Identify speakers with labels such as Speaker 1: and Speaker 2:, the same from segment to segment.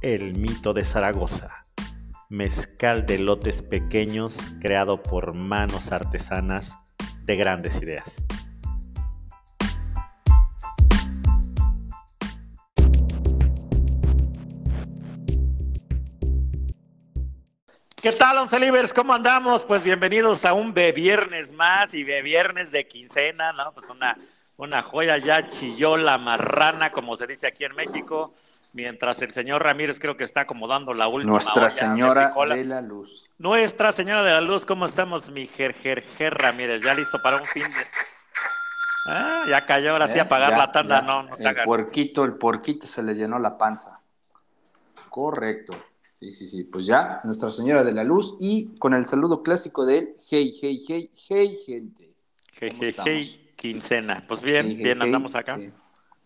Speaker 1: El mito de Zaragoza, mezcal de lotes pequeños creado por manos artesanas de grandes ideas. ¿Qué tal, Once Libres? ¿Cómo andamos? Pues bienvenidos a un viernes más y viernes de quincena, ¿no? Pues una, una joya ya chilló la marrana, como se dice aquí en México, mientras el señor Ramírez creo que está acomodando Pues, la última.
Speaker 2: Nuestra
Speaker 1: olla de
Speaker 2: Señora
Speaker 1: frijola.
Speaker 2: de la Luz.
Speaker 1: Nuestra Señora de la Luz, ¿cómo estamos, mi Jerjerjer Ramírez? ¿Ya listo para un fin de...? Ah, ya cayó, ahora sí
Speaker 2: ¿Eh?
Speaker 1: apagar
Speaker 2: Ya,
Speaker 1: la tanda,
Speaker 2: ya.
Speaker 1: no, no se
Speaker 2: El
Speaker 1: hagan.
Speaker 2: puerquito, el puerquito se le llenó la panza. Correcto. Sí, sí, sí. Pues ya, Nuestra Señora de la Luz y con el saludo clásico de él, hey, hey, hey, hey, gente. ¿Cómo estamos?
Speaker 1: Jejeje, quincena. Pues bien,
Speaker 2: Hey, hey,
Speaker 1: bien
Speaker 2: hey.
Speaker 1: andamos acá.
Speaker 2: Sí.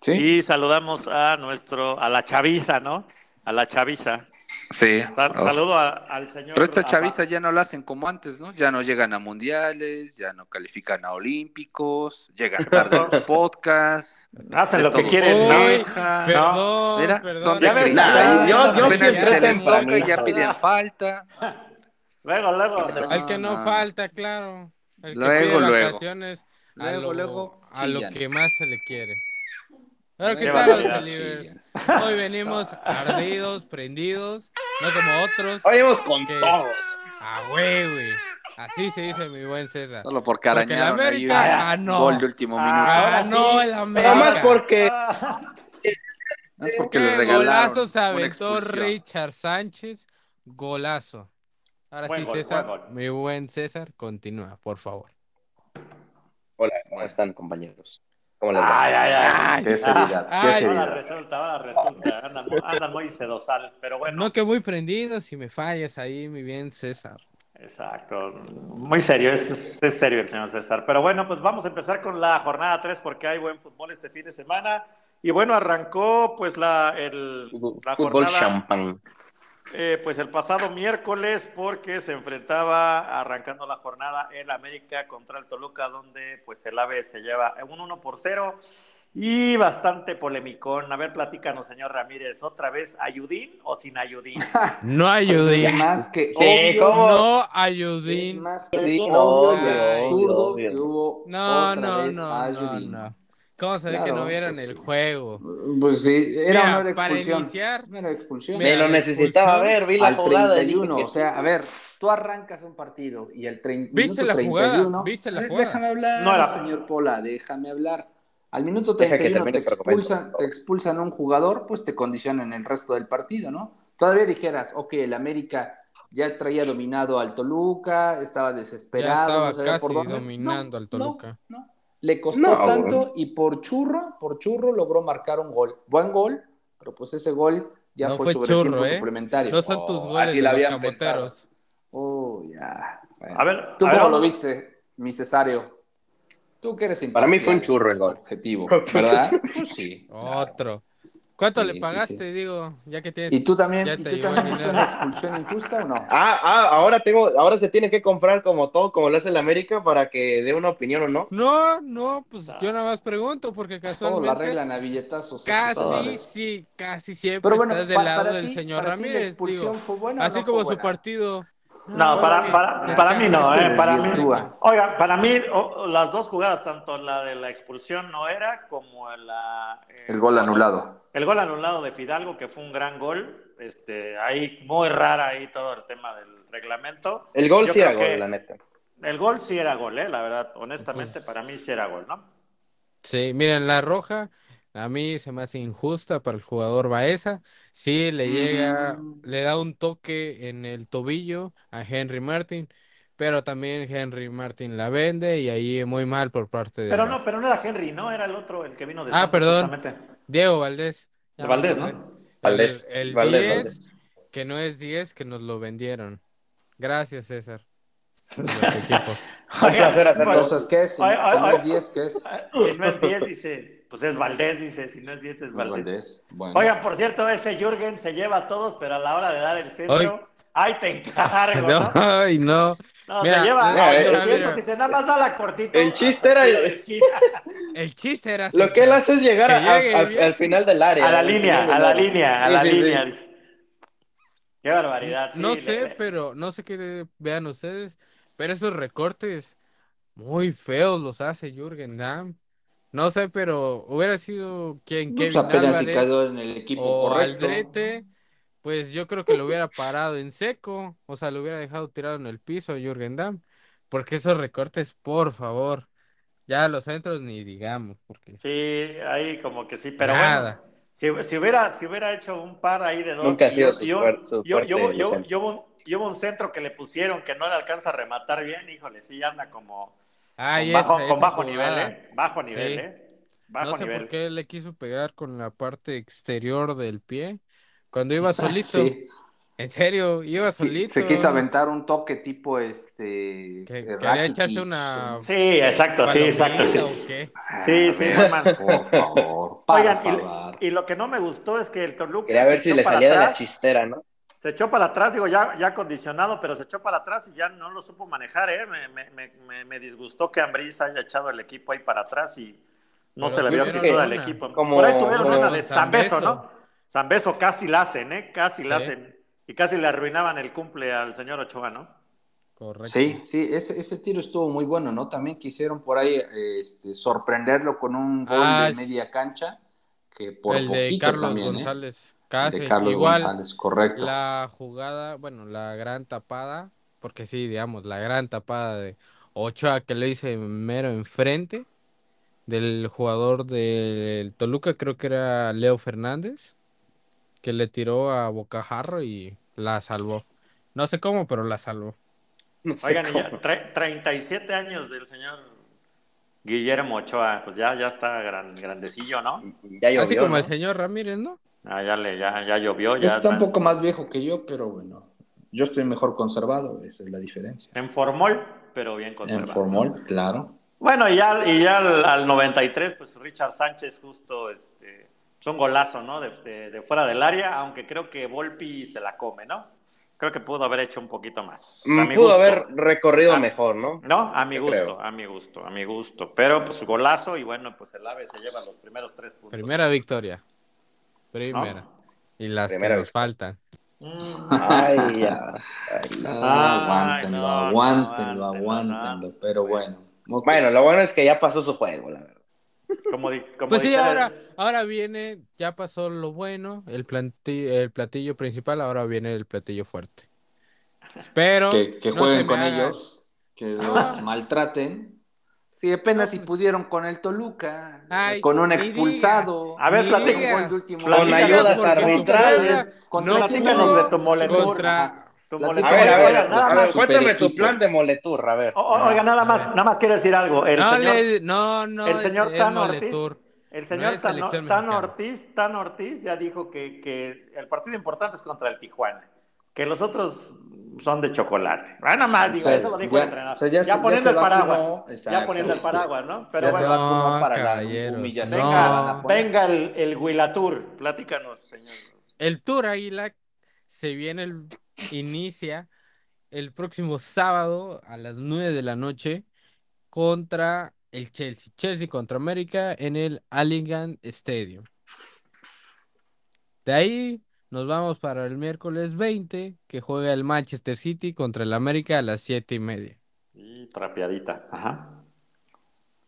Speaker 2: ¿Sí?
Speaker 1: Y saludamos a nuestro, a la chaviza, ¿no? A la chaviza.
Speaker 3: Sí.
Speaker 1: Sal-
Speaker 3: Oh.
Speaker 1: Saludo a- al señor...
Speaker 3: Pero esta
Speaker 1: a-
Speaker 3: chaviza ya no la hacen como antes, ¿no? Ya no llegan a mundiales, ya no califican a olímpicos, llegan tarde a los podcasts.
Speaker 1: Hacen lo
Speaker 3: de
Speaker 1: que
Speaker 3: todo
Speaker 1: quieren,
Speaker 3: se
Speaker 1: ¿no?
Speaker 4: Uy,
Speaker 3: queja.
Speaker 4: Perdón,
Speaker 3: Ah, Mira,
Speaker 4: perdón.
Speaker 3: son
Speaker 1: Ya
Speaker 3: de
Speaker 1: ves,
Speaker 3: cristal,
Speaker 1: yo- yo
Speaker 3: apenas
Speaker 1: sí
Speaker 3: se les
Speaker 1: empecé
Speaker 3: toca y ya
Speaker 1: tempranito.
Speaker 3: piden falta.
Speaker 1: Luego, luego.
Speaker 4: Al que no
Speaker 3: Ah,
Speaker 4: falta, claro. El
Speaker 3: Luego,
Speaker 4: que pide
Speaker 3: luego.
Speaker 4: vacaciones a
Speaker 3: Luego,
Speaker 4: lo-
Speaker 3: luego,
Speaker 4: a lo
Speaker 3: chillan.
Speaker 4: que más se le quiere. Pero
Speaker 1: Qué
Speaker 4: qué tal,
Speaker 1: barbaridad,
Speaker 4: Once Libres? Hoy venimos ardidos, prendidos, no como otros.
Speaker 5: Hoy hemos con
Speaker 4: que-
Speaker 5: todo.
Speaker 4: Ah, güey, güey. Así se dice mi buen César.
Speaker 3: Solo porque
Speaker 4: la
Speaker 3: arañaron ahí un
Speaker 4: América- Ah, no.
Speaker 3: gol de último
Speaker 1: Ah, ahora
Speaker 4: Ah, no,
Speaker 1: sí.
Speaker 4: el
Speaker 5: Nada
Speaker 4: América.
Speaker 5: más porque
Speaker 3: minuto. Es porque le
Speaker 4: Qué
Speaker 3: regalaron
Speaker 4: Eh, golazo se
Speaker 3: una
Speaker 4: aventó
Speaker 3: expulsión.
Speaker 4: Richard Sánchez. Golazo. Ahora
Speaker 1: Buen
Speaker 4: sí,
Speaker 1: gol,
Speaker 4: César,
Speaker 1: buen gol.
Speaker 4: mi buen César, continúa, por favor.
Speaker 5: Hola, ¿cómo están, compañeros? ¿Cómo les va?
Speaker 1: Ay, ay, ay.
Speaker 2: Qué seriedad, qué
Speaker 4: Ay,
Speaker 1: Ahora
Speaker 2: seriedad.
Speaker 1: resulta, ahora resulta. Andan, andan muy sedosal, pero bueno.
Speaker 4: No que muy prendido, si me fallas ahí, mi bien César.
Speaker 1: Exacto. Muy serio, es, es- es serio el señor César. Pero bueno, pues vamos a empezar con la jornada 3 porque hay buen fútbol este fin de semana. Y bueno, arrancó pues la, el,
Speaker 5: Fútbol
Speaker 1: la
Speaker 5: fútbol
Speaker 1: jornada
Speaker 5: champán.
Speaker 1: eh, pues el pasado miércoles porque se enfrentaba arrancando la jornada el América contra el Toluca donde pues el AVE se lleva un 1 por 0 y bastante polemicón. A ver, platícanos señor Ramírez, otra vez, ¿ayudín o sin ayudín?
Speaker 4: No
Speaker 2: Es
Speaker 4: ayudín.
Speaker 2: más que
Speaker 5: Sí,
Speaker 2: obvio,
Speaker 5: ¿cómo?
Speaker 4: No
Speaker 2: es
Speaker 4: ayudín.
Speaker 2: más que
Speaker 5: Sí,
Speaker 2: obvio y
Speaker 4: obvio,
Speaker 2: absurdo
Speaker 5: obvio.
Speaker 2: que hubo
Speaker 4: No,
Speaker 2: otra
Speaker 4: no,
Speaker 2: vez a
Speaker 4: no, no,
Speaker 2: Ayudín.
Speaker 4: no. ¿Cómo se ve que
Speaker 2: Claro,
Speaker 4: no vieron
Speaker 2: pues
Speaker 4: el
Speaker 2: sí.
Speaker 4: juego?
Speaker 2: Pues sí, era
Speaker 4: Mira,
Speaker 2: una hora de
Speaker 4: para
Speaker 2: expulsión.
Speaker 4: iniciar,
Speaker 2: Una hora de expulsión.
Speaker 4: Mira,
Speaker 5: Me lo
Speaker 4: la
Speaker 5: necesitaba
Speaker 4: expulsión
Speaker 5: ver, vi la
Speaker 2: al
Speaker 5: jugada.
Speaker 2: 31,
Speaker 5: dije
Speaker 2: o
Speaker 5: que
Speaker 2: sea,
Speaker 5: sí.
Speaker 2: a ver, tú arrancas un partido y al 30,
Speaker 4: ¿Viste
Speaker 2: minuto
Speaker 4: la jugada?
Speaker 2: 31,
Speaker 4: ¿Viste la
Speaker 2: Eh,
Speaker 4: jugada?
Speaker 2: Déjame hablar,
Speaker 1: No era-
Speaker 2: señor Pola, déjame hablar. Al minuto
Speaker 5: Deja que
Speaker 2: 31 te
Speaker 5: termine su argumento,
Speaker 2: expulsan,
Speaker 5: por favor.
Speaker 2: te expulsan un jugador, pues te condicionan el resto del partido, ¿no? Todavía dijeras, ok, el América ya traía dominado al Toluca, estaba
Speaker 4: ya
Speaker 2: desesperado,
Speaker 4: estaba
Speaker 2: no sabía
Speaker 4: casi
Speaker 2: por dónde.
Speaker 4: dominando
Speaker 2: No,
Speaker 4: al Toluca.
Speaker 2: No, no. Le costó
Speaker 5: No,
Speaker 2: tanto
Speaker 5: bueno.
Speaker 2: y por churro, por churro logró marcar un gol. Buen gol, pero pues ese gol ya
Speaker 4: No
Speaker 2: fue
Speaker 4: fue
Speaker 2: sobre
Speaker 4: churro,
Speaker 2: tiempo
Speaker 4: ¿eh?
Speaker 2: suplementario.
Speaker 4: No son tus
Speaker 2: Oh,
Speaker 4: goles
Speaker 2: así
Speaker 4: de
Speaker 2: la
Speaker 4: los
Speaker 2: habían pensado.
Speaker 4: camoteros.
Speaker 2: Oh, ya.
Speaker 1: A ver,
Speaker 2: ¿Tú
Speaker 1: a
Speaker 2: cómo
Speaker 1: ver,
Speaker 2: lo viste, mi cesario? Tú que eres
Speaker 5: Para mí fue un
Speaker 2: imparcial,
Speaker 5: churro el gol.
Speaker 2: Objetivo, ¿verdad? Pues sí.
Speaker 4: Otro. ¿Cuánto
Speaker 2: Sí,
Speaker 4: le
Speaker 2: sí,
Speaker 4: pagaste,
Speaker 2: sí.
Speaker 4: digo? Ya que tienes...
Speaker 2: ¿Y tú también?
Speaker 4: Ya
Speaker 2: ¿Y
Speaker 4: te
Speaker 2: tú
Speaker 4: llegó el
Speaker 2: también viste
Speaker 4: dinero.
Speaker 2: una expulsión injusta o no?
Speaker 5: Ah, ah, ahora tengo, ahora se tiene que comprar como todo, como lo hace el América, para que dé una opinión o no.
Speaker 4: No, no, pues yo nada más pregunto porque
Speaker 2: Todo Ah, la
Speaker 4: casualmente...
Speaker 2: arreglan a billetazos. estos
Speaker 4: Casi,
Speaker 2: jugadores.
Speaker 4: sí, casi siempre
Speaker 2: Pero bueno,
Speaker 4: estás del
Speaker 2: pa-
Speaker 4: lado
Speaker 2: para
Speaker 4: del
Speaker 2: ti-
Speaker 4: señor
Speaker 2: para ti la
Speaker 4: Ramírez,
Speaker 2: expulsión
Speaker 4: digo.
Speaker 2: fue buena o
Speaker 4: Así
Speaker 2: no
Speaker 4: como
Speaker 2: fue
Speaker 4: su
Speaker 2: buena?
Speaker 4: partido.
Speaker 1: No, para, para, para mí no,
Speaker 2: Se
Speaker 1: eh, para mí.
Speaker 2: desvirtúa.
Speaker 1: Oiga, para mí o- las dos jugadas, tanto la de la expulsión no era como la... eh,
Speaker 2: El gol anulado.
Speaker 1: El gol anulado de Fidalgo, que fue un gran gol. Este, ahí muy rara ahí todo el tema del reglamento.
Speaker 5: El gol
Speaker 1: Yo
Speaker 5: sí era
Speaker 1: creo que-
Speaker 5: gol, la neta.
Speaker 1: El gol sí era gol, eh, la verdad, honestamente,
Speaker 4: Pues-
Speaker 1: para mí sí era gol, ¿no?
Speaker 4: Sí, miren, la roja a mí se me hace injusta para el jugador Baeza. Sí, le llega,
Speaker 2: Mm.
Speaker 4: le da un toque en el tobillo a Henry Martin, pero también Henry Martin la vende y ahí muy mal por parte de
Speaker 1: Pero no, pero no era Henry, ¿no? Era el otro, el que vino de
Speaker 4: Ah,
Speaker 1: Santos,
Speaker 4: perdón.
Speaker 1: justamente.
Speaker 4: Diego Valdés.
Speaker 1: De Valdés, ¿no?
Speaker 4: El, el 10, que no es 10, que nos lo vendieron. Gracias, César. por tu equipo.
Speaker 5: Un placer hacerlo.
Speaker 1: Bueno,
Speaker 2: Entonces, ¿qué es? Si,
Speaker 1: Ay,
Speaker 2: si
Speaker 1: ay,
Speaker 2: no
Speaker 1: ay.
Speaker 2: es 10, ¿qué es?
Speaker 1: Si no es 10, dice, pues es Valdés, dice, si no es 10 es Valdés.
Speaker 2: Valdés. Bueno.
Speaker 1: Oigan, por cierto, ese Jürgen se lleva a todos, pero a la hora de dar el centro, ahí te encargo, ¿no?
Speaker 4: Ay, no.
Speaker 1: No,
Speaker 4: Mira,
Speaker 1: se lleva
Speaker 5: mira,
Speaker 1: a
Speaker 5: eh,
Speaker 1: 800,
Speaker 4: mira.
Speaker 1: dice, nada más da la cortita.
Speaker 5: El chiste era-
Speaker 1: Tiro de esquina.
Speaker 4: El chiste era
Speaker 5: Lo que él hace es llegar
Speaker 4: Que
Speaker 5: a- a-
Speaker 4: llegue
Speaker 5: a-
Speaker 4: bien.
Speaker 5: al final del área.
Speaker 1: A la
Speaker 5: al final
Speaker 1: línea,
Speaker 5: del
Speaker 1: a la
Speaker 5: área.
Speaker 1: línea, a
Speaker 5: Sí,
Speaker 1: la
Speaker 5: sí, sí.
Speaker 1: línea. dice. Qué barbaridad. sí,
Speaker 4: No
Speaker 1: le-
Speaker 4: sé,
Speaker 1: le-
Speaker 4: pero no sé qué vean ustedes, pero esos recortes muy feos los hace Jürgen Damm. No sé, pero hubiera sido quien
Speaker 2: No,
Speaker 4: Kevin
Speaker 2: pues apenas si
Speaker 4: Álvarez
Speaker 2: quedó en el equipo
Speaker 4: o
Speaker 2: correcto.
Speaker 4: Aldrete, pues yo creo que lo hubiera parado en seco, o sea, lo hubiera dejado tirado en el piso a Jürgen Damm, porque esos recortes, por favor, ya los centros ni digamos, porque
Speaker 1: Sí, ahí como que sí, pero
Speaker 4: nada.
Speaker 1: bueno. Si, si hubiera, si hubiera hecho un par ahí de dos.
Speaker 5: Nunca ha
Speaker 1: y
Speaker 5: sido
Speaker 1: yo-
Speaker 5: su
Speaker 1: yo-
Speaker 5: fuerte-
Speaker 1: yo-
Speaker 5: su
Speaker 1: yo-
Speaker 5: fuerte,
Speaker 1: yo-
Speaker 5: Vicente.
Speaker 1: yo un- yo un centro que le pusieron que no le alcanza a rematar bien, híjole, sí anda como
Speaker 4: Ah, y
Speaker 1: con bajo,
Speaker 4: esa-
Speaker 1: con
Speaker 4: esa
Speaker 1: bajo nivel,
Speaker 4: jugada.
Speaker 1: ¿eh? Bajo nivel,
Speaker 4: Sí.
Speaker 1: ¿eh? Bajo
Speaker 4: no sé
Speaker 1: nivel.
Speaker 4: por qué le quiso pegar con la parte exterior del pie. Cuando iba solito.
Speaker 2: Ah, Sí.
Speaker 4: En serio, iba
Speaker 2: Sí,
Speaker 4: solito.
Speaker 2: Se quiso aventar un toque tipo este.
Speaker 4: Que-
Speaker 2: eh,
Speaker 4: quería
Speaker 2: Rakitic.
Speaker 4: echarse una.
Speaker 1: Sí, exacto, sí,
Speaker 4: palomita
Speaker 1: exacto, sí.
Speaker 4: o qué.
Speaker 1: Sí,
Speaker 2: A
Speaker 1: sí,
Speaker 2: ver,
Speaker 1: no mames.
Speaker 2: Por favor, para
Speaker 1: Oigan, y-
Speaker 2: parar.
Speaker 1: y, lo que no me gustó es que el Toluca
Speaker 5: Quería ver si
Speaker 1: echó
Speaker 5: le
Speaker 1: para
Speaker 5: salía de la
Speaker 1: atrás.
Speaker 5: chistera, ¿no?
Speaker 1: Se echó para atrás, digo, ya, ya acondicionado, pero se echó para atrás y ya no lo supo manejar, ¿eh? Me, me- me- me- me disgustó que Ambriz haya echado el equipo ahí para atrás y no
Speaker 4: Pero
Speaker 1: se le vio
Speaker 5: tuvieron
Speaker 1: actitud al
Speaker 4: una.
Speaker 1: equipo.
Speaker 5: Como-
Speaker 1: Por ahí tuvieron
Speaker 5: como
Speaker 1: una de
Speaker 4: con
Speaker 1: Zambeso,
Speaker 4: Zambeso.
Speaker 1: ¿no? Zambeso casi la hacen, ¿eh? Casi la
Speaker 4: Sí.
Speaker 1: hacen. Y casi le arruinaban el cumple al señor Ochoa, ¿no?
Speaker 4: Correcto.
Speaker 2: Sí, sí, ese, ese tiro estuvo muy bueno, ¿no? También quisieron por ahí este, sorprenderlo con un gol
Speaker 4: Ah,
Speaker 2: de
Speaker 4: es-
Speaker 2: media cancha, que por
Speaker 4: el de
Speaker 2: poquito
Speaker 4: Carlos
Speaker 2: también, ¿eh?
Speaker 4: González.
Speaker 2: El
Speaker 4: Casi.
Speaker 2: de Carlos
Speaker 4: Igual
Speaker 2: González, correcto.
Speaker 4: la jugada, bueno, la gran tapada, porque sí, digamos, la gran tapada de Ochoa que le hice mero enfrente del jugador del Toluca, creo que era Leo Fernández, que le tiró a Bocajarro y la salvó. No sé cómo, pero la salvó.
Speaker 5: No sé
Speaker 1: Oigan, y ya,
Speaker 5: cómo.
Speaker 1: tre- 37 años del señor Guillermo Ochoa, pues ya, ya está gran, grandecillo, ¿no?
Speaker 5: Ya llovió,
Speaker 4: Así como
Speaker 5: ¿no?
Speaker 4: el señor Ramírez, ¿no?
Speaker 1: Ah, ya, le, ya, ya llovió, ya
Speaker 2: Este está
Speaker 1: está
Speaker 2: un poco más viejo que yo, pero bueno, yo estoy mejor conservado, esa es la diferencia.
Speaker 1: en formol, pero bien
Speaker 2: En
Speaker 1: conservado.
Speaker 2: formol, claro.
Speaker 1: Bueno, y ya, y ya al, al 93, pues Richard Sánchez justo, este, es un golazo, ¿no? De, de- de fuera del área, aunque creo que Volpi se la come, ¿no? Creo que pudo haber hecho un poquito más. A
Speaker 5: Mm,
Speaker 1: mi
Speaker 5: Pudo
Speaker 1: gusto.
Speaker 5: haber recorrido
Speaker 1: Ah.
Speaker 5: mejor, ¿no?
Speaker 1: No, a mi
Speaker 5: Yo
Speaker 1: gusto,
Speaker 5: creo.
Speaker 1: a mi gusto, a mi gusto. Pero pues golazo y bueno, pues el AVE se lleva los primeros tres puntos.
Speaker 4: Primera victoria. Primera.
Speaker 1: ¿no?
Speaker 4: Y las
Speaker 5: Primera
Speaker 4: que nos faltan.
Speaker 1: Mm.
Speaker 5: Ay, ya. Ay.
Speaker 1: Ay,
Speaker 2: aguántenlo,
Speaker 1: no,
Speaker 2: aguántenlo,
Speaker 1: no,
Speaker 2: aguántenlo,
Speaker 1: no.
Speaker 2: pero bueno. ok.
Speaker 5: Bueno, lo bueno es que ya pasó su juego, la verdad.
Speaker 1: Como di- como
Speaker 4: Pues sí,
Speaker 1: dijera-
Speaker 4: ahora, ahora viene, ya pasó lo bueno, el platillo, el platillo principal, ahora viene el platillo fuerte. Pero
Speaker 2: que, que
Speaker 4: no se
Speaker 2: jueguen
Speaker 4: me
Speaker 2: con
Speaker 4: haga-
Speaker 2: ellos, que los maltraten. Sí, apenas
Speaker 4: No,
Speaker 2: si
Speaker 4: pues-
Speaker 2: pudieron con el Toluca,
Speaker 4: Ay,
Speaker 2: con un
Speaker 4: ni
Speaker 2: expulsado.
Speaker 1: A ver,
Speaker 4: Ni
Speaker 1: platica-
Speaker 2: un gol de último
Speaker 1: Platícanos
Speaker 5: Con
Speaker 2: minuto.
Speaker 5: ayudas
Speaker 4: porque tu
Speaker 5: arbitrales.
Speaker 2: Con-
Speaker 4: No
Speaker 2: platícanos
Speaker 4: pudo
Speaker 2: de tu moletur. Ajá.
Speaker 4: Contra,
Speaker 1: tu boleto.
Speaker 2: platica-
Speaker 5: A ver, a ver,
Speaker 1: Oigan, nada
Speaker 5: a
Speaker 1: más- Oh,
Speaker 5: ver, cuéntame tu
Speaker 2: Superequipo.
Speaker 5: plan de moletur, a ver.
Speaker 1: o- o- oiga, nada más, nada más quiero decir algo. El
Speaker 4: Ah. no,
Speaker 1: señor,
Speaker 4: le- no, no,
Speaker 1: el
Speaker 4: es
Speaker 1: señor
Speaker 4: el
Speaker 1: Tano
Speaker 4: Moletour.
Speaker 1: Ortiz, el señor
Speaker 4: No es
Speaker 1: Tano,
Speaker 4: selección
Speaker 1: Tano
Speaker 4: mexicana.
Speaker 1: Ortiz, Tano Ortiz ya dijo que, que el partido importante es contra el Tijuana, que los otros son de chocolate. Ah, nada más, digo,
Speaker 2: O sea,
Speaker 1: eso lo dijo
Speaker 2: ya-
Speaker 1: el entrenador.
Speaker 2: o sea, ya
Speaker 1: ya,
Speaker 2: se- ya
Speaker 1: poniendo
Speaker 2: se
Speaker 1: el
Speaker 2: vacunó,
Speaker 1: paraguas, ya
Speaker 2: exacto.
Speaker 1: poniendo el paraguas, ¿no? Pero
Speaker 2: Ya se
Speaker 1: bueno,
Speaker 2: va a
Speaker 4: No,
Speaker 2: para la
Speaker 4: caballeros,
Speaker 2: humillación.
Speaker 1: no.
Speaker 2: que van a poner.
Speaker 1: venga el, el Huilatur, platícanos, señor.
Speaker 4: El Tour Águila se viene, el, inicia el próximo sábado a las 9 de la noche contra el Chelsea. Chelsea contra América en el Allianz Stadium. De ahí nos vamos para el miércoles 20, que juega el Manchester City contra el América a las 7 y media.
Speaker 1: Y trapeadita, ajá.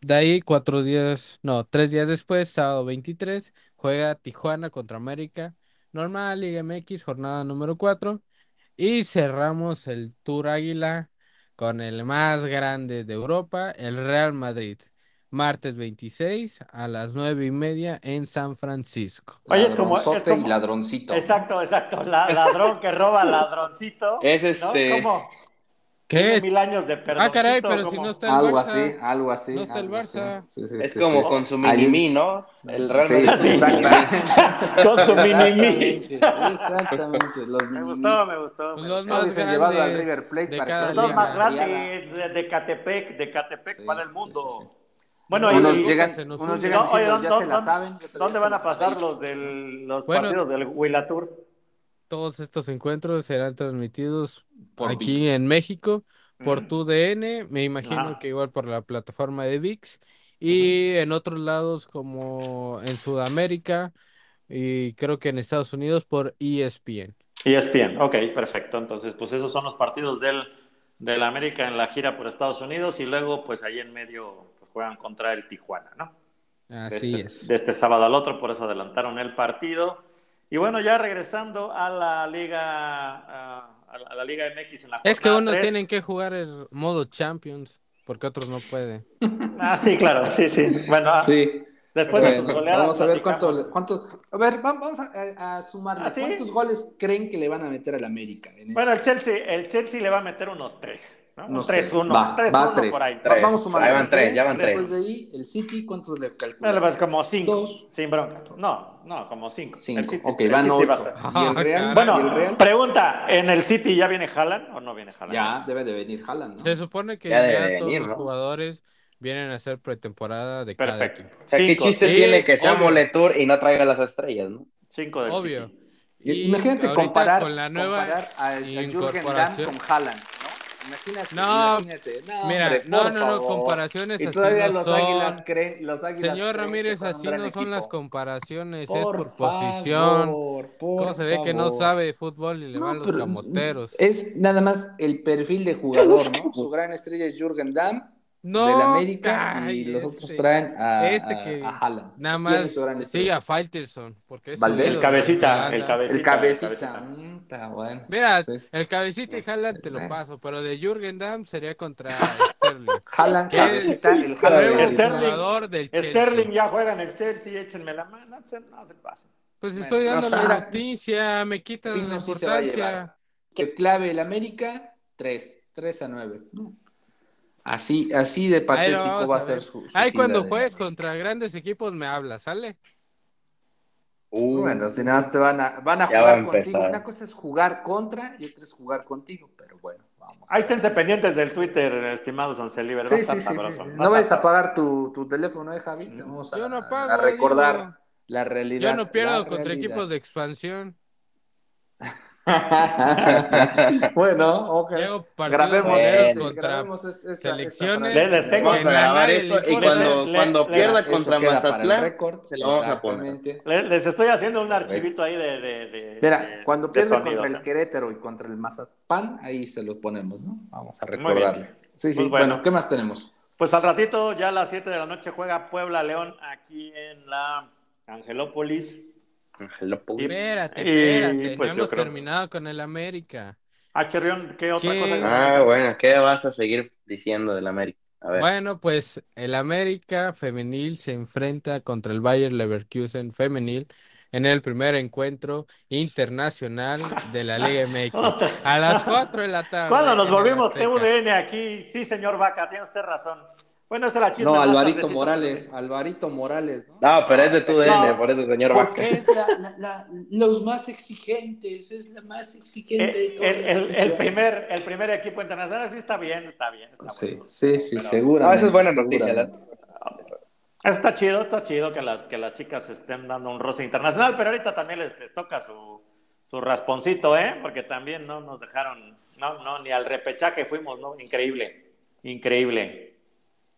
Speaker 4: De ahí, cuatro días, no, tres días después, sábado 23, juega Tijuana contra América. Normal, Liga MX, jornada número 4. Y cerramos el Tour Águila con el más grande de Europa, el Real Madrid. Martes 26 a las nueve y media en San Francisco.
Speaker 1: Oye, es como- es
Speaker 2: Ladronzote
Speaker 1: como-
Speaker 2: y ladroncito.
Speaker 1: Exacto, exacto, la- ladrón que roba ladroncito.
Speaker 5: Es
Speaker 1: ¿no?
Speaker 5: este-
Speaker 1: ¿Cómo?
Speaker 4: ¿Qué
Speaker 1: Tiene
Speaker 4: es?
Speaker 1: mil años de perdón.
Speaker 4: Ah, caray, pero si no está el
Speaker 2: Algo
Speaker 4: Barça.
Speaker 2: así, algo así.
Speaker 4: No está el
Speaker 2: algo así.
Speaker 4: Barça.
Speaker 2: Sí, sí,
Speaker 5: Es
Speaker 2: sí,
Speaker 5: como
Speaker 2: sí.
Speaker 5: con su
Speaker 2: Ahí-
Speaker 5: mini ¿no? El Real
Speaker 2: Sí,
Speaker 5: Madrid.
Speaker 1: Así.
Speaker 2: exactamente.
Speaker 1: Con su mini-mi.
Speaker 2: Exactamente, exactamente, los
Speaker 1: Me
Speaker 2: mini
Speaker 1: gustó, me gustó.
Speaker 4: Pues
Speaker 1: me
Speaker 4: los
Speaker 1: gustó.
Speaker 4: más
Speaker 2: Hubiesen llevado al
Speaker 4: grandes
Speaker 2: River Plate
Speaker 4: de
Speaker 2: para que
Speaker 4: cada
Speaker 1: Los dos
Speaker 4: liga.
Speaker 1: más
Speaker 2: Adriana.
Speaker 1: grandes, de, de Catepec, de Catepec
Speaker 2: Sí,
Speaker 1: para el
Speaker 2: sí,
Speaker 1: mundo.
Speaker 2: sí,
Speaker 1: Bueno,
Speaker 4: Oye,
Speaker 2: unos
Speaker 1: y,
Speaker 4: Lucas,
Speaker 2: llegan,
Speaker 4: se nos
Speaker 2: unos
Speaker 4: une.
Speaker 2: llegan
Speaker 1: No, oye,
Speaker 2: diciendo, ya
Speaker 1: ¿dónde-
Speaker 2: se la
Speaker 1: dónde-
Speaker 2: saben. yo todavía
Speaker 1: ¿dónde
Speaker 2: se
Speaker 1: van a
Speaker 2: la
Speaker 1: pasar
Speaker 2: sabéis.
Speaker 1: los, del, los
Speaker 4: Bueno.
Speaker 1: partidos del Huilatur?
Speaker 4: Todos estos encuentros serán transmitidos
Speaker 3: Por
Speaker 4: aquí
Speaker 3: ViX.
Speaker 4: en México por
Speaker 1: Ujú.
Speaker 4: tu DN, me imagino
Speaker 1: Ajá.
Speaker 4: que igual por la plataforma de ViX y en otros lados como en Sudamérica y creo que en Estados Unidos por E ESPN.
Speaker 1: ESPN, ok, perfecto. Entonces, pues esos son los partidos del, del América en la gira por Estados Unidos y luego, pues ahí en medio pues, juegan contra el Tijuana, ¿no? De
Speaker 4: Así
Speaker 1: este-
Speaker 4: es.
Speaker 1: De este sábado al otro, por eso adelantaron el partido. Y bueno, ya regresando a la Liga, ah, a, la, a la Liga MX en la
Speaker 4: Es que
Speaker 1: jornada
Speaker 4: unos
Speaker 1: tres.
Speaker 4: tienen que jugar el modo Champions porque otros no pueden.
Speaker 1: Ah, sí, claro, sí, sí. Bueno, ah,
Speaker 2: Sí.
Speaker 1: después de
Speaker 2: Bueno,
Speaker 1: tus goleadas.
Speaker 2: vamos a ver cuánto,
Speaker 1: platicamos.
Speaker 2: cuánto. A ver, va- vamos a, a sumarle.
Speaker 1: ¿Ah, sí?
Speaker 2: ¿Cuántos goles creen que le van a meter al América? en este?
Speaker 1: Bueno, el Chelsea, el Chelsea le va a meter unos tres, ¿no?
Speaker 2: Unos
Speaker 1: Unos 3-1.
Speaker 2: tres. Va, va a
Speaker 1: 3-1
Speaker 2: tres.
Speaker 1: por ahí.
Speaker 5: Tres.
Speaker 2: Vamos a sumar.
Speaker 5: Ahí van tres, ya van tres.
Speaker 2: Después de ahí, el City, ¿cuántos le
Speaker 1: No, le
Speaker 2: calculan?
Speaker 1: vas como 5.
Speaker 2: Dos.
Speaker 1: Sin bronca. No, no, como 5.
Speaker 2: Cinco. Ok, van ocho. ¿Y el Real?
Speaker 1: Bueno,
Speaker 2: ¿Y el Real?
Speaker 1: pregunta, ¿en el City ya viene Haaland o no viene Haaland?
Speaker 2: Ya debe de venir Haaland, ¿no?
Speaker 4: Se supone que
Speaker 5: Ya
Speaker 4: ya,
Speaker 5: debe
Speaker 4: todos
Speaker 5: venir,
Speaker 4: los
Speaker 5: ¿no?
Speaker 4: jugadores vienen a hacer pretemporada de cada
Speaker 1: Perfecto.
Speaker 4: equipo.
Speaker 5: O sea, ¿Qué
Speaker 1: Cinco,
Speaker 5: chiste
Speaker 4: sí,
Speaker 5: tiene que sea
Speaker 4: obvio.
Speaker 5: Moletour y no traiga las estrellas, no?
Speaker 1: cinco del
Speaker 4: Obvio.
Speaker 1: City.
Speaker 4: Y
Speaker 2: Imagínate
Speaker 4: ahorita
Speaker 2: comparar,
Speaker 4: con la nueva
Speaker 2: comparar a, a Jürgen Damm
Speaker 4: incorporación.
Speaker 2: con Haaland, ¿no? Imagínate,
Speaker 4: No,
Speaker 2: imagínate. No,
Speaker 4: Mira,
Speaker 2: hombre,
Speaker 4: no,
Speaker 2: por
Speaker 4: no, no,
Speaker 2: favor.
Speaker 4: comparaciones
Speaker 2: Y
Speaker 4: así
Speaker 2: todavía
Speaker 4: no
Speaker 2: los
Speaker 4: son.
Speaker 2: águilas creen, los águilas
Speaker 4: Señor
Speaker 2: creen que
Speaker 4: Ramírez,
Speaker 2: son un
Speaker 4: así
Speaker 2: gran
Speaker 4: no son
Speaker 2: equipo.
Speaker 4: las comparaciones, es por
Speaker 2: favor,
Speaker 4: posición.
Speaker 2: por
Speaker 4: ¿Cómo se ve que no
Speaker 2: favor.
Speaker 4: sabe de fútbol y le
Speaker 2: No,
Speaker 4: van los
Speaker 2: pero
Speaker 4: camoteros?
Speaker 2: Es nada más el perfil de jugador, ¿no? Su gran estrella es Jürgen Damm
Speaker 4: No,
Speaker 2: del América
Speaker 4: ay,
Speaker 2: y los
Speaker 4: este.
Speaker 2: otros traen a,
Speaker 4: este
Speaker 2: a-
Speaker 4: que-
Speaker 2: a Haaland.
Speaker 4: Nada
Speaker 2: ¿Quién es
Speaker 4: más
Speaker 2: su gran estrella?
Speaker 4: sigue a Faitelson, porque es
Speaker 2: Valdés.
Speaker 4: ídolo
Speaker 1: El cabecita,
Speaker 4: de
Speaker 1: el
Speaker 4: Holanda.
Speaker 1: cabecita.
Speaker 2: El cabecita. Mm, está bueno.
Speaker 4: Mira,
Speaker 2: Sí.
Speaker 4: el cabecita y Haaland te lo
Speaker 2: Bueno.
Speaker 4: paso, pero de Jürgen Damm sería contra Sterling.
Speaker 2: Haaland,
Speaker 4: ¿Qué?
Speaker 2: cabecita, el
Speaker 4: Nuevo
Speaker 2: Haaland.
Speaker 1: Sterling.
Speaker 4: jugador del Chelsea.
Speaker 1: Sterling ya juega en el Chelsea, échenme la mano. No se, no se pasen.
Speaker 4: Pues
Speaker 2: Bueno,
Speaker 4: estoy dando
Speaker 5: no,
Speaker 4: la
Speaker 2: mira,
Speaker 4: noticia, me quitan la
Speaker 2: Pino sí se va a llevar.
Speaker 4: importancia.
Speaker 2: Que clave el América, 3. 3 a 9. Así, así de
Speaker 4: Mm. Ahí lo
Speaker 2: patético
Speaker 4: vamos
Speaker 2: va a
Speaker 4: a
Speaker 2: ser
Speaker 4: ver.
Speaker 2: su. su
Speaker 4: Ay,
Speaker 2: gira
Speaker 4: cuando
Speaker 2: de-
Speaker 4: juegues contra grandes equipos me hablas, ¿sale?
Speaker 2: Bueno, si nada más te van a, van a
Speaker 5: Ya va a
Speaker 2: jugar contigo.
Speaker 5: empezar.
Speaker 2: Una cosa es jugar contra y otra es jugar contigo, pero bueno, vamos. a
Speaker 1: Ahí
Speaker 2: ver.
Speaker 1: esténse pendientes del Twitter, estimados Oncelivers.
Speaker 2: Sí, sí, sí, sí, sí. No vayas a apagar tu, tu teléfono, eh, Javi. Te vamos a,
Speaker 4: Yo no pago,
Speaker 2: a recordar
Speaker 4: digo.
Speaker 2: la realidad.
Speaker 4: Yo no pierdo
Speaker 2: la
Speaker 4: contra
Speaker 2: realidad.
Speaker 4: equipos de expansión.
Speaker 2: bueno, ok.
Speaker 4: Llego partido
Speaker 2: Grabemos,
Speaker 4: primero
Speaker 2: este,
Speaker 4: contra
Speaker 2: grabemos es- esta- esta
Speaker 4: selecciones.
Speaker 2: frase.
Speaker 1: Les- les tengo-
Speaker 5: Vamos a
Speaker 1: Venga,
Speaker 5: grabar
Speaker 4: nadie
Speaker 5: eso
Speaker 4: le
Speaker 5: y
Speaker 4: importa.
Speaker 5: cuando,
Speaker 1: Le-
Speaker 5: cuando
Speaker 1: le-
Speaker 5: pierda
Speaker 2: Eso
Speaker 5: contra
Speaker 2: queda para el
Speaker 5: Mazatlán,
Speaker 2: récord.
Speaker 5: se lo vamos a poner.
Speaker 2: Exactamente.
Speaker 1: Les, les estoy haciendo un archivito ahí de. de, de-
Speaker 2: Mira,
Speaker 1: de-
Speaker 2: cuando
Speaker 1: Eh, de
Speaker 2: pierda
Speaker 1: sonido,
Speaker 2: contra
Speaker 1: o sea.
Speaker 2: el Querétaro y contra el Mazatlán, ahí se los ponemos, ¿no? Vamos a
Speaker 1: Muy bien.
Speaker 2: recordarle. Sí, sí,
Speaker 1: Pues
Speaker 2: bueno.
Speaker 1: bueno.
Speaker 2: ¿qué más tenemos?
Speaker 1: Pues al ratito, ya a las 7 de la noche, juega Puebla León aquí en la Angelópolis.
Speaker 5: Ángel Puga.
Speaker 4: Espérate,
Speaker 1: Y,
Speaker 4: espérate.
Speaker 1: pues,
Speaker 4: no
Speaker 1: yo
Speaker 4: hemos
Speaker 1: creo-
Speaker 4: terminado con el América.
Speaker 1: Ah, Chirrión, ¿qué otra
Speaker 4: ¿Qué?
Speaker 1: cosa?
Speaker 5: Ah, bueno, ¿qué vas a seguir diciendo del América? A ver.
Speaker 4: Bueno, pues el América femenil se enfrenta contra el Bayer Leverkusen femenil en el primer encuentro internacional de la Liga MX.
Speaker 1: Otra.
Speaker 4: A las 4 de la tarde.
Speaker 1: ¿Cuándo nos
Speaker 4: Ah, en el
Speaker 1: volvimos
Speaker 4: Azteca.
Speaker 1: TUDN aquí? Sí, señor Vaca, tiene usted razón. Bueno, esa es la chisme.
Speaker 2: No,
Speaker 1: más pues,
Speaker 2: Alvarito
Speaker 1: tardecito,
Speaker 2: Morales,
Speaker 1: pero
Speaker 2: Alvarito Morales, ¿no?
Speaker 5: No, pero es de tu DN,
Speaker 1: No,
Speaker 5: por eso, señor Vaca.
Speaker 2: Porque es la, la- la- los más exigentes, es la más
Speaker 1: sí.
Speaker 2: exigente de
Speaker 1: Eh,
Speaker 2: todas
Speaker 1: el,
Speaker 2: las
Speaker 1: el- el
Speaker 2: aficiones.
Speaker 1: primer, el primer equipo internacional sí está bien, está bien. Está
Speaker 2: Sí,
Speaker 1: Ah, bueno.
Speaker 2: sí, sí,
Speaker 1: Pero-
Speaker 2: seguramente.
Speaker 5: No, eso ah, es buena noticia,
Speaker 2: seguramente.
Speaker 1: Eso está chido, está chido que las, que las chicas estén dando un roce internacional, pero ahorita también les, les toca su, su rasponcito, ¿eh? Porque también no nos dejaron, no, no, ni al repechaje fuimos, ¿no? Increíble, increíble.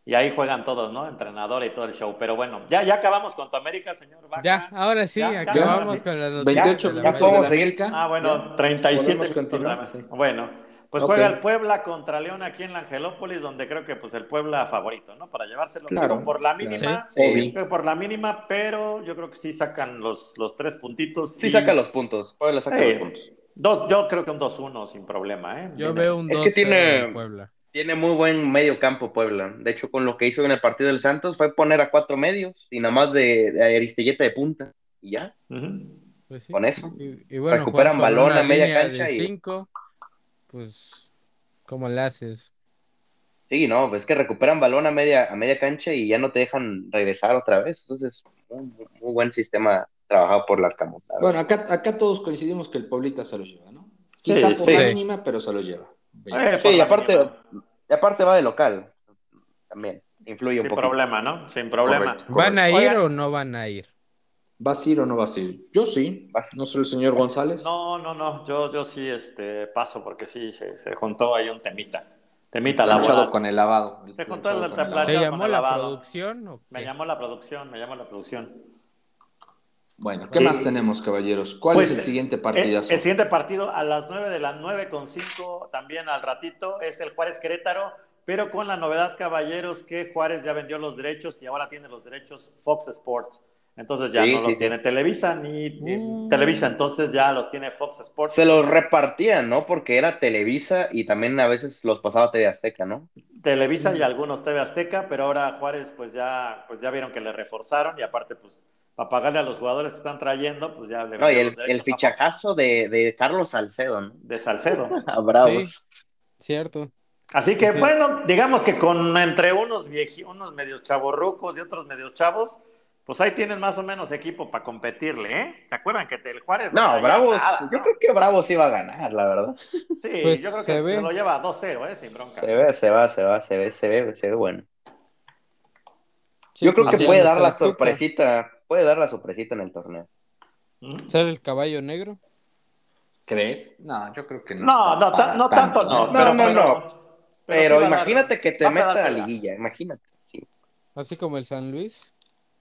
Speaker 1: Y ahí juegan todos, ¿no? Entrenador y todo el show. Pero bueno, ya, ya acabamos con tu América, señor Vaca.
Speaker 4: Ya, ahora sí,
Speaker 1: Ya, ya,
Speaker 4: acabamos
Speaker 1: ahora sí.
Speaker 4: con las noticias.
Speaker 2: 28
Speaker 4: de la
Speaker 2: minutos. de
Speaker 5: podemos
Speaker 2: la
Speaker 5: seguir.
Speaker 2: América.
Speaker 1: Ah, bueno,
Speaker 2: Ya.
Speaker 1: 37
Speaker 2: Podemos
Speaker 1: minutos.
Speaker 2: continuar,
Speaker 1: nada más.
Speaker 2: sí.
Speaker 1: Bueno, pues
Speaker 2: Ok.
Speaker 1: juega el Puebla contra León aquí en la Angelópolis, donde creo que pues el Puebla favorito, ¿no? Para llevárselo
Speaker 2: Claro,
Speaker 1: digo, por la
Speaker 2: claro.
Speaker 1: mínima.
Speaker 5: Sí,
Speaker 1: Yo creo que por la mínima, pero yo creo que sí sacan los, los tres puntitos.
Speaker 5: Sí
Speaker 1: y-
Speaker 5: saca los puntos. Puebla saca
Speaker 1: Sí.
Speaker 5: los puntos.
Speaker 1: Dos, yo creo que un 2-1 sin problema, ¿eh?
Speaker 4: Yo
Speaker 1: Mira.
Speaker 4: veo un
Speaker 5: Es
Speaker 4: 2
Speaker 5: que tiene-
Speaker 4: en Puebla.
Speaker 5: Tiene muy buen medio campo Puebla. De hecho, con lo que hizo en el partido del Santos fue poner a cuatro medios y nada más de, de Aristilleta de punta. Y ya,
Speaker 1: Ujú.
Speaker 4: Pues sí.
Speaker 5: con eso.
Speaker 4: Y, y bueno,
Speaker 5: Recuperan
Speaker 4: jugar con
Speaker 5: balón
Speaker 4: una
Speaker 5: a media
Speaker 4: línea
Speaker 5: cancha
Speaker 4: de
Speaker 5: y-
Speaker 4: cinco, pues ¿Cómo le haces?
Speaker 5: Sí, no, pues es que recuperan balón a media, a media cancha y ya no te dejan regresar otra vez. Entonces, un muy buen sistema trabajado por Larcamón. la
Speaker 2: Bueno,
Speaker 5: verdad.
Speaker 2: acá, acá todos coincidimos que el Paulita se lo lleva, ¿no?
Speaker 1: Sí,
Speaker 2: Quizá por la
Speaker 5: sí.
Speaker 2: mínima, pero se lo lleva.
Speaker 1: Eh,
Speaker 5: Sí,
Speaker 1: por
Speaker 5: y
Speaker 1: la
Speaker 5: aparte,
Speaker 1: mínima.
Speaker 5: y aparte va de local. También influye un
Speaker 1: Sin
Speaker 5: poco.
Speaker 1: problema, ¿no? Sin problema.
Speaker 2: Correcto,
Speaker 4: ¿Van a ir
Speaker 2: correcto.
Speaker 1: Oigan.
Speaker 4: o no van a ir?
Speaker 2: ¿Vas a ir o no vas a ir? Yo sí.
Speaker 5: Vas.
Speaker 2: No soy el señor
Speaker 5: Vas.
Speaker 2: González.
Speaker 1: No, no, no. Yo, yo sí este, paso porque sí se, se juntó ahí un temita. Temita
Speaker 2: Planchado
Speaker 1: laboral.
Speaker 2: con el lavado.
Speaker 1: Se juntó
Speaker 2: Planchado
Speaker 1: el
Speaker 2: con
Speaker 1: Ah,
Speaker 4: ¿Te
Speaker 1: ya,
Speaker 2: lavado.
Speaker 4: llamó
Speaker 1: con el
Speaker 4: la
Speaker 1: lavado.
Speaker 4: producción o
Speaker 1: Me
Speaker 4: qué?
Speaker 1: llamó la producción, me llamó la producción.
Speaker 2: Bueno, ¿qué
Speaker 1: Sí.
Speaker 2: más tenemos, caballeros? ¿Cuál
Speaker 1: Pues,
Speaker 2: es el siguiente
Speaker 1: El,
Speaker 2: partidazo?
Speaker 1: el siguiente partido a las 9 de las 9 con 5, también al ratito, es el Juárez Querétaro, pero con la novedad, caballeros, que Juárez ya vendió los derechos y ahora tiene los derechos Fox Sports. Entonces ya
Speaker 5: Sí,
Speaker 1: no
Speaker 5: sí,
Speaker 1: los
Speaker 5: sí.
Speaker 1: tiene Televisa ni, ni
Speaker 4: Mm.
Speaker 1: Televisa, entonces ya los tiene Fox Sports.
Speaker 5: Se los repartían, ¿no? Porque era Televisa y también a veces los pasaba TV Azteca, ¿no?
Speaker 1: Televisa y
Speaker 5: Mm.
Speaker 1: algunos TV Azteca, pero ahora Juárez pues ya, pues ya vieron que le reforzaron y aparte pues para pagarle a los jugadores que están trayendo, pues ya le
Speaker 5: No, y
Speaker 1: vendió
Speaker 5: el,
Speaker 1: los
Speaker 5: el
Speaker 1: derechos a Fox.
Speaker 5: fichacazo de, de Carlos Salcedo, ¿no?
Speaker 1: de Salcedo.
Speaker 5: A Bravos.
Speaker 4: Cierto.
Speaker 1: Así que
Speaker 4: Sí.
Speaker 1: bueno, digamos que con entre unos vieji, unos medios chavorrucos y otros medios chavos, pues ahí tienen más o menos equipo para competirle, ¿eh? ¿Se acuerdan que te- el Juárez
Speaker 5: No,
Speaker 1: traía
Speaker 5: Bravos,
Speaker 1: nada,
Speaker 5: yo
Speaker 1: ¿no?
Speaker 5: creo que Bravos iba a ganar, la verdad.
Speaker 1: Sí,
Speaker 4: Pues
Speaker 1: yo creo que
Speaker 4: se
Speaker 1: se,
Speaker 4: ve.
Speaker 1: lo lleva a 2-0, ¿eh? Sin bronca.
Speaker 5: Se ve, se va, se va, se ve, se ve, se ve bueno.
Speaker 4: Sí,
Speaker 5: yo creo
Speaker 4: pues,
Speaker 5: que
Speaker 4: ya
Speaker 5: puede
Speaker 4: no
Speaker 5: dar
Speaker 4: está
Speaker 5: la
Speaker 4: Tuca.
Speaker 5: sorpresita, puede dar la sorpresita en el torneo.
Speaker 1: ¿Mm?
Speaker 4: ¿Ser el caballo negro?
Speaker 2: ¿Crees? No, yo creo que no.
Speaker 1: No,
Speaker 2: está
Speaker 1: no,
Speaker 2: para
Speaker 1: ta- no tanto, no.
Speaker 5: No,
Speaker 1: pero,
Speaker 5: no,
Speaker 1: pero-
Speaker 5: no. Pero
Speaker 1: sí va a dar-
Speaker 5: imagínate que te
Speaker 1: va a
Speaker 5: meta
Speaker 1: dar
Speaker 5: a
Speaker 1: pela.
Speaker 5: liguilla, imagínate. Sí.
Speaker 4: Así como el San Luis.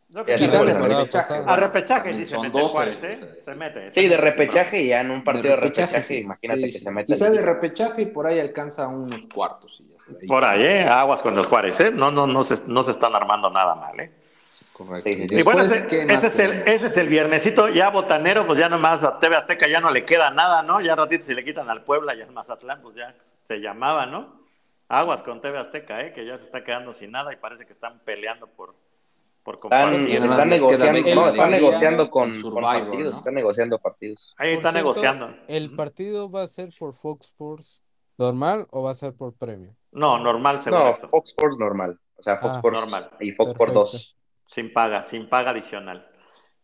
Speaker 1: Yo creo
Speaker 5: Ya
Speaker 1: que
Speaker 5: se
Speaker 1: sí.
Speaker 2: Quizá
Speaker 5: fue
Speaker 2: de
Speaker 5: la
Speaker 4: temporada
Speaker 2: repechaje.
Speaker 4: pasada.
Speaker 1: a repechaje
Speaker 2: También
Speaker 1: sí se
Speaker 2: son
Speaker 1: mete
Speaker 2: 12,
Speaker 1: Juárez,
Speaker 2: o
Speaker 1: ¿eh?
Speaker 2: sea,
Speaker 1: Se mete. se
Speaker 5: Sí, de
Speaker 1: mete,
Speaker 5: repechaje ya en un partido de repechaje,
Speaker 2: sí.
Speaker 5: imagínate
Speaker 2: Sí,
Speaker 5: que
Speaker 2: sí.
Speaker 5: se meta.
Speaker 2: Quizá
Speaker 5: en
Speaker 2: de
Speaker 5: liguilla.
Speaker 2: repechaje y por ahí alcanza unos cuartos y ya está. ahí.
Speaker 1: Por ahí, ¿eh? Aguas con los Juárez, ¿eh? No, no, no, se, no se están armando nada mal, ¿eh?
Speaker 2: Correcto.
Speaker 5: Sí, sí.
Speaker 2: Después,
Speaker 1: y bueno, ese,
Speaker 2: ¿qué
Speaker 1: ese
Speaker 2: más
Speaker 1: es el,
Speaker 2: tenemos?
Speaker 1: ese es el viernesito ya botanero, pues ya nomás a TV Azteca ya no le queda nada, ¿no? Ya ratito si le quitan al Puebla y al Mazatlán, pues ya se llamaba, ¿no? Aguas con TV Azteca, ¿eh? Que ya se está quedando sin nada y parece que están peleando por, por
Speaker 5: Están,
Speaker 2: Y
Speaker 1: compartir.
Speaker 2: nada más
Speaker 5: están
Speaker 2: les queda
Speaker 5: negociando,
Speaker 2: América
Speaker 5: no,
Speaker 2: de
Speaker 5: están
Speaker 2: Liga,
Speaker 5: negociando
Speaker 2: el
Speaker 5: con, con
Speaker 2: Survivor,
Speaker 5: partidos,
Speaker 2: ¿no?
Speaker 5: están negociando partidos.
Speaker 1: Ahí
Speaker 4: Por
Speaker 1: están
Speaker 4: cierto,
Speaker 1: negociando.
Speaker 4: ¿El partido va a ser por Fox Sports normal o va a ser por premio?
Speaker 1: No, normal seguro
Speaker 5: No,
Speaker 1: esto.
Speaker 5: Fox Sports normal, o sea,
Speaker 4: Ah,
Speaker 5: Fox Sports
Speaker 1: normal.
Speaker 5: y Fox Sports
Speaker 4: Perfecto.
Speaker 5: 2.
Speaker 1: Sin paga, sin paga adicional.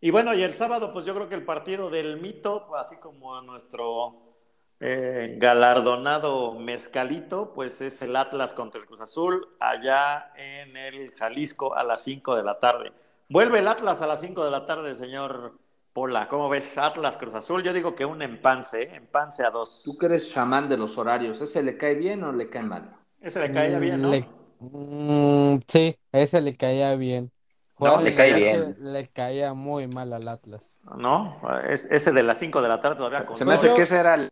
Speaker 1: Y bueno, y el sábado, pues yo creo que el partido del mito, así como a nuestro eh, galardonado mezcalito, pues es el Atlas contra el Cruz Azul, allá en el Jalisco a las 5 de la tarde. Vuelve el Atlas a las 5 de la tarde, señor Pola. ¿Cómo ves? Atlas Cruz Azul, yo digo que un empance, ¿eh? empance a dos.
Speaker 2: Tú que eres chamán de los horarios, ¿ese le cae bien o le cae mal?
Speaker 1: Ese le caía bien, ¿no?
Speaker 4: Le- Mm, sí, a ese le caía bien.
Speaker 1: No,
Speaker 4: Juárez
Speaker 5: le cae
Speaker 4: H
Speaker 5: bien.
Speaker 4: le caía muy mal al Atlas.
Speaker 1: ¿No? Es- ese de las 5 de la tarde todavía con
Speaker 2: Se me hace
Speaker 1: sol.
Speaker 2: que ese era el...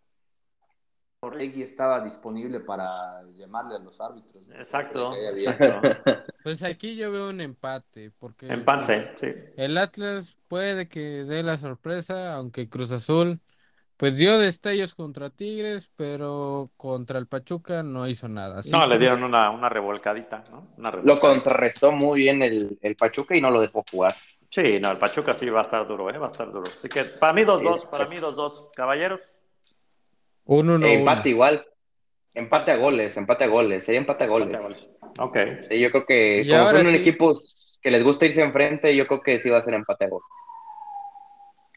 Speaker 2: Orregui estaba disponible para llamarle a los árbitros. ¿no?
Speaker 1: Exacto,
Speaker 2: Le caía bien.
Speaker 1: exacto.
Speaker 4: Pues aquí yo veo un empate, porque
Speaker 1: Empance, sí.
Speaker 4: el Atlas puede que dé la sorpresa, aunque Cruz Azul, pues dio destellos contra Tigres, pero contra el Pachuca no hizo nada. Así
Speaker 1: No, le
Speaker 4: que-
Speaker 1: dieron una, una revolcadita, ¿no? Una
Speaker 5: Lo
Speaker 1: revolcadita.
Speaker 5: contrarrestó muy bien el, el Pachuca y no lo dejó jugar.
Speaker 1: Sí, no, el Pachuca sí va a estar duro, ¿eh? Va a estar duro. Así que para mí 2-2,
Speaker 5: Sí.
Speaker 1: para mí 2-2, caballeros.
Speaker 4: Un uno, uno.
Speaker 5: empate igual, empate a goles, empate a goles, sería empate a goles.
Speaker 1: Ok.
Speaker 5: Sí, yo creo que
Speaker 4: Y
Speaker 5: como
Speaker 4: ahora
Speaker 5: son un
Speaker 4: sí.
Speaker 5: equipo que les gusta irse enfrente, yo creo que sí va a ser empate a goles.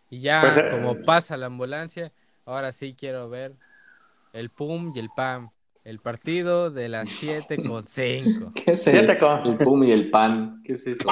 Speaker 4: Y ya,
Speaker 1: Pues, eh,
Speaker 4: como pasa la ambulancia, ahora sí quiero ver el pum y el pam. El partido de las 7 con 5.
Speaker 2: ¿Qué es
Speaker 1: Siete
Speaker 2: el,
Speaker 1: con.
Speaker 2: el pum y el pan? ¿Qué es eso?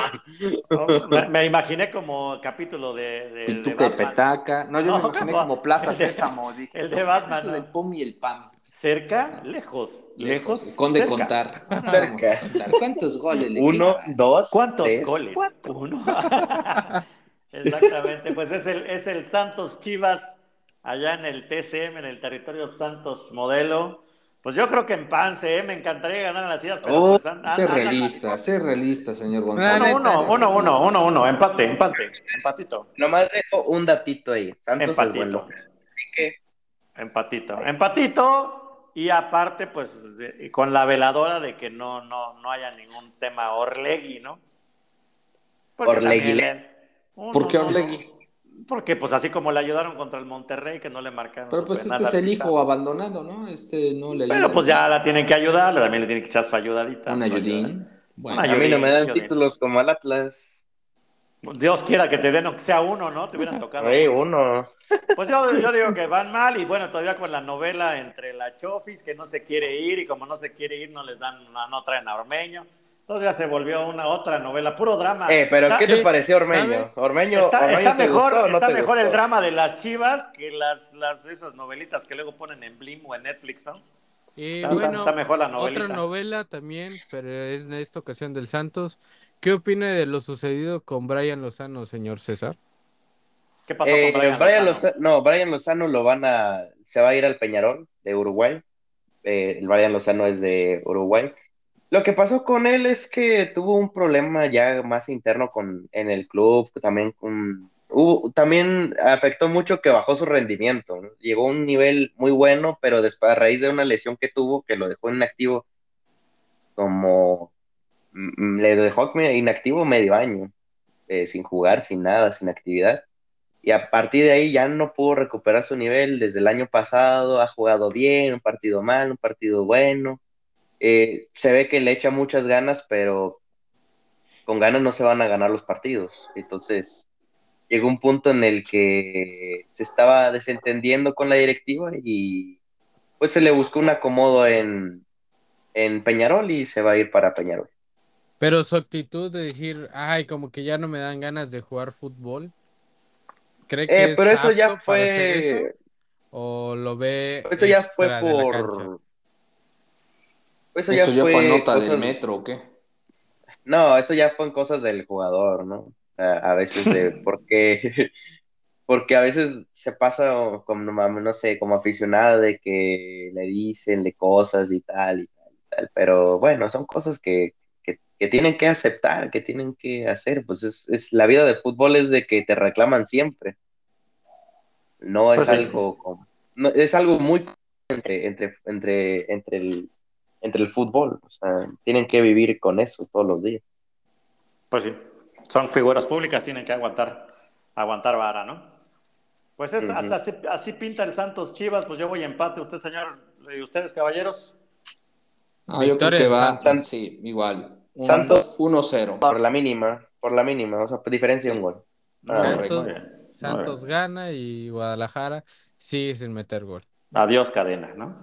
Speaker 1: Oh, Me, me imaginé como capítulo de. de- de
Speaker 2: Pituca y
Speaker 1: Batman.
Speaker 2: petaca. No, yo
Speaker 1: No,
Speaker 2: me imaginé
Speaker 1: no.
Speaker 2: como Plaza
Speaker 1: El de-
Speaker 2: Sésamo. Dije,
Speaker 1: el de
Speaker 2: ¿qué es
Speaker 1: Batman,
Speaker 2: Eso
Speaker 1: ¿no?
Speaker 2: del pum y el pan.
Speaker 1: Cerca, lejos, lejos.
Speaker 2: Con de
Speaker 1: cerca.
Speaker 2: contar. Vamos
Speaker 5: Cerca.
Speaker 2: a contar. ¿Cuántos goles le
Speaker 5: Uno,
Speaker 2: quitan?
Speaker 5: dos,
Speaker 1: ¿Cuántos
Speaker 5: tres,
Speaker 1: goles?
Speaker 5: cuatro.
Speaker 1: Uno. Exactamente, pues es el, es el Santos Chivas allá en el TCM, en el territorio Santos Modelo. Pues yo creo que en Pance, ¿eh? me encantaría ganar a las Chivas, pero
Speaker 5: Oh,
Speaker 1: pues an- an-
Speaker 2: Sé
Speaker 1: andan-
Speaker 2: realista, sé realista, señor
Speaker 4: La
Speaker 2: González.
Speaker 1: Uno,
Speaker 4: neta,
Speaker 1: uno, uno, uno, uno, uno, empate, empate, empatito,
Speaker 5: Nomás dejo un datito ahí. Santos es buen
Speaker 1: empatito,
Speaker 5: local. Así que
Speaker 1: empatito, empatito, y aparte, pues, de- con la veladora de que no, no, no haya ningún tema Orlegui, ¿no?
Speaker 5: Orlegui.
Speaker 1: también-
Speaker 2: ¿Por qué
Speaker 1: Uno, no,
Speaker 2: Orlegui?
Speaker 1: no. Porque pues así como le ayudaron contra el Monterrey, que no le marcaron.
Speaker 2: Pero
Speaker 1: su
Speaker 2: pues
Speaker 1: penal
Speaker 2: este es
Speaker 1: a
Speaker 2: el
Speaker 1: Pizarro.
Speaker 2: hijo abandonado, ¿no? Este no le
Speaker 1: Pero
Speaker 2: ayuda.
Speaker 1: pues ya la tienen que ayudar, también le tienen que echar su ayudadita.
Speaker 2: Un
Speaker 1: su
Speaker 2: ayudín.
Speaker 5: A
Speaker 2: Bueno,
Speaker 1: Ay,
Speaker 5: mí no
Speaker 1: Ayudín,
Speaker 5: me dan
Speaker 1: ayudín.
Speaker 5: títulos como al Atlas.
Speaker 1: ayuda. Dios quiera que te den, aunque sea uno, ¿no? Te hubieran tocado.
Speaker 5: Güey, uno.
Speaker 1: Pues yo, yo digo que van mal y bueno, todavía con la novela entre la Chofis, que no se quiere ir y como no se quiere ir no les dan, no, no traen a Ormeño. Entonces ya se volvió una otra novela, puro drama.
Speaker 5: Eh, pero ¿qué
Speaker 1: Ah, Está-
Speaker 5: te pareció Ormeño?
Speaker 4: ¿Sabes?
Speaker 5: Ormeño,
Speaker 1: Está,
Speaker 5: Ormeño
Speaker 1: está
Speaker 5: ¿te
Speaker 1: mejor,
Speaker 5: gustó o no
Speaker 1: está
Speaker 5: te
Speaker 1: mejor el
Speaker 5: gustó?
Speaker 1: drama de las chivas que las, las esas novelitas que luego ponen en Blim o en Netflix, ¿no?
Speaker 4: Y
Speaker 1: Está,
Speaker 4: Eh, bueno,
Speaker 1: está mejor la novelita.
Speaker 4: otra novela también, pero es en esta ocasión del Santos. ¿Qué opina de lo sucedido con Brian Lozano, señor César?
Speaker 1: ¿Qué pasó
Speaker 5: Eh,
Speaker 1: con Brian,
Speaker 5: Brian
Speaker 1: Lozano?
Speaker 5: Loza- no, Brian Lozano lo van a, se va a ir al Peñarol de Uruguay. Eh, el Brian Lozano es de Uruguay. Lo que pasó con él es que tuvo un problema ya más interno con, en el club, también con, hubo- también afectó mucho que bajó su rendimiento. ¿no? Llegó a un nivel muy bueno, pero después a raíz de una lesión que tuvo, que lo dejó inactivo, como mm, mm, le dejó inactivo medio año, eh, sin jugar, sin nada, sin actividad. Y a partir de ahí ya no pudo recuperar su nivel. Desde el año pasado ha jugado bien, un partido mal, un partido bueno. Eh, se ve que le echa muchas ganas, pero con ganas no se van a ganar los partidos. Entonces llegó un punto en el que se estaba desentendiendo con la directiva y pues se le buscó un acomodo en, en Peñarol y se va a ir para Peñarol.
Speaker 4: Pero su actitud de decir, ay, como que ya no me dan ganas de jugar fútbol. ¿Cree que
Speaker 5: Eh,
Speaker 4: es
Speaker 5: pero eso ya
Speaker 4: apto para hacer
Speaker 5: fue...
Speaker 4: eso? ¿O lo ve
Speaker 5: Eso ya fue
Speaker 4: extra de la cancha?
Speaker 5: por. Eso ya
Speaker 2: eso ya
Speaker 5: fue,
Speaker 2: fue, nota
Speaker 5: cosas-
Speaker 2: del metro, ¿o qué?
Speaker 5: No, eso ya fue en cosas del jugador, ¿no? A, a veces de porque porque a veces se pasa como no sé, como aficionado de que le dicen de cosas y tal y tal, y tal. Pero bueno, son cosas que, que, que tienen que aceptar, que tienen que hacer. Pues es, es la vida de fútbol es de que te reclaman siempre. No es
Speaker 1: Pues sí.
Speaker 5: algo como- no, es algo muy entre, entre, entre, entre el, entre el fútbol. O sea, tienen que vivir con eso todos los días.
Speaker 1: Pues sí, son figuras públicas, tienen que aguantar, aguantar vara, ¿no? Pues es-
Speaker 5: Ujú.
Speaker 1: así, así pinta el Santos Chivas, pues yo voy a empate, usted señor, y ustedes caballeros.
Speaker 2: No, Ah, yo creo
Speaker 4: Victoria
Speaker 2: que
Speaker 4: de
Speaker 2: va.
Speaker 5: Santos.
Speaker 2: Sí, igual. Un-
Speaker 5: Santos. Ah,
Speaker 2: 1-0.
Speaker 5: Por la mínima, por la mínima, o sea, por diferencia de un gol. Ah,
Speaker 4: Santos-
Speaker 1: muy bien, muy
Speaker 4: Santos
Speaker 1: bien.
Speaker 4: gana y Guadalajara sigue sin meter gol.
Speaker 1: Adiós cadena, ¿no?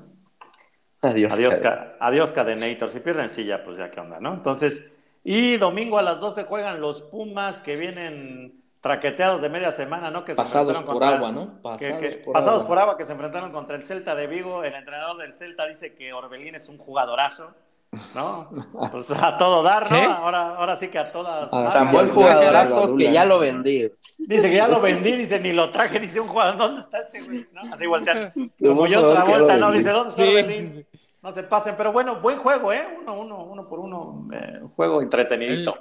Speaker 5: Adiós.
Speaker 1: Adiós,
Speaker 5: cara.
Speaker 1: ca- adiós Cadenator. Si pierden silla, pues ya qué onda, ¿no? Entonces, y domingo a las 12 juegan los Pumas que vienen traqueteados de media semana, ¿no? Que se
Speaker 2: Pasados
Speaker 1: enfrentaron
Speaker 2: por
Speaker 1: contra-
Speaker 2: agua, ¿no?
Speaker 1: que- que-
Speaker 2: Pasados,
Speaker 1: pasados, por,
Speaker 2: por, agua.
Speaker 1: agua que se enfrentaron contra el Celta de Vigo. El entrenador del Celta dice que Orbelín es un jugadorazo, ¿no? Pues a todo dar, ¿no?
Speaker 4: ¿Qué?
Speaker 1: Ahora, ahora sí que a todas.
Speaker 2: A las
Speaker 5: Tan
Speaker 1: ah,
Speaker 5: buen
Speaker 1: ya-
Speaker 5: jugadorazo
Speaker 2: Adula.
Speaker 5: que ya lo vendí.
Speaker 1: Dice que ya lo vendí, dice ni lo traje, dice un jugador. ¿Dónde está ese güey? ¿No? Así voltean. Como
Speaker 5: buen
Speaker 1: yo
Speaker 5: jugador
Speaker 1: otra
Speaker 5: que ya
Speaker 1: vuelta,
Speaker 5: lo
Speaker 1: ¿no?
Speaker 5: vendí.
Speaker 1: Dice, ¿dónde está
Speaker 4: Sí,
Speaker 1: Orbelín?
Speaker 4: sí, sí.
Speaker 1: No se pasen, pero bueno, buen juego, ¿eh? Uno, uno, uno por uno, eh, juego entretenidito.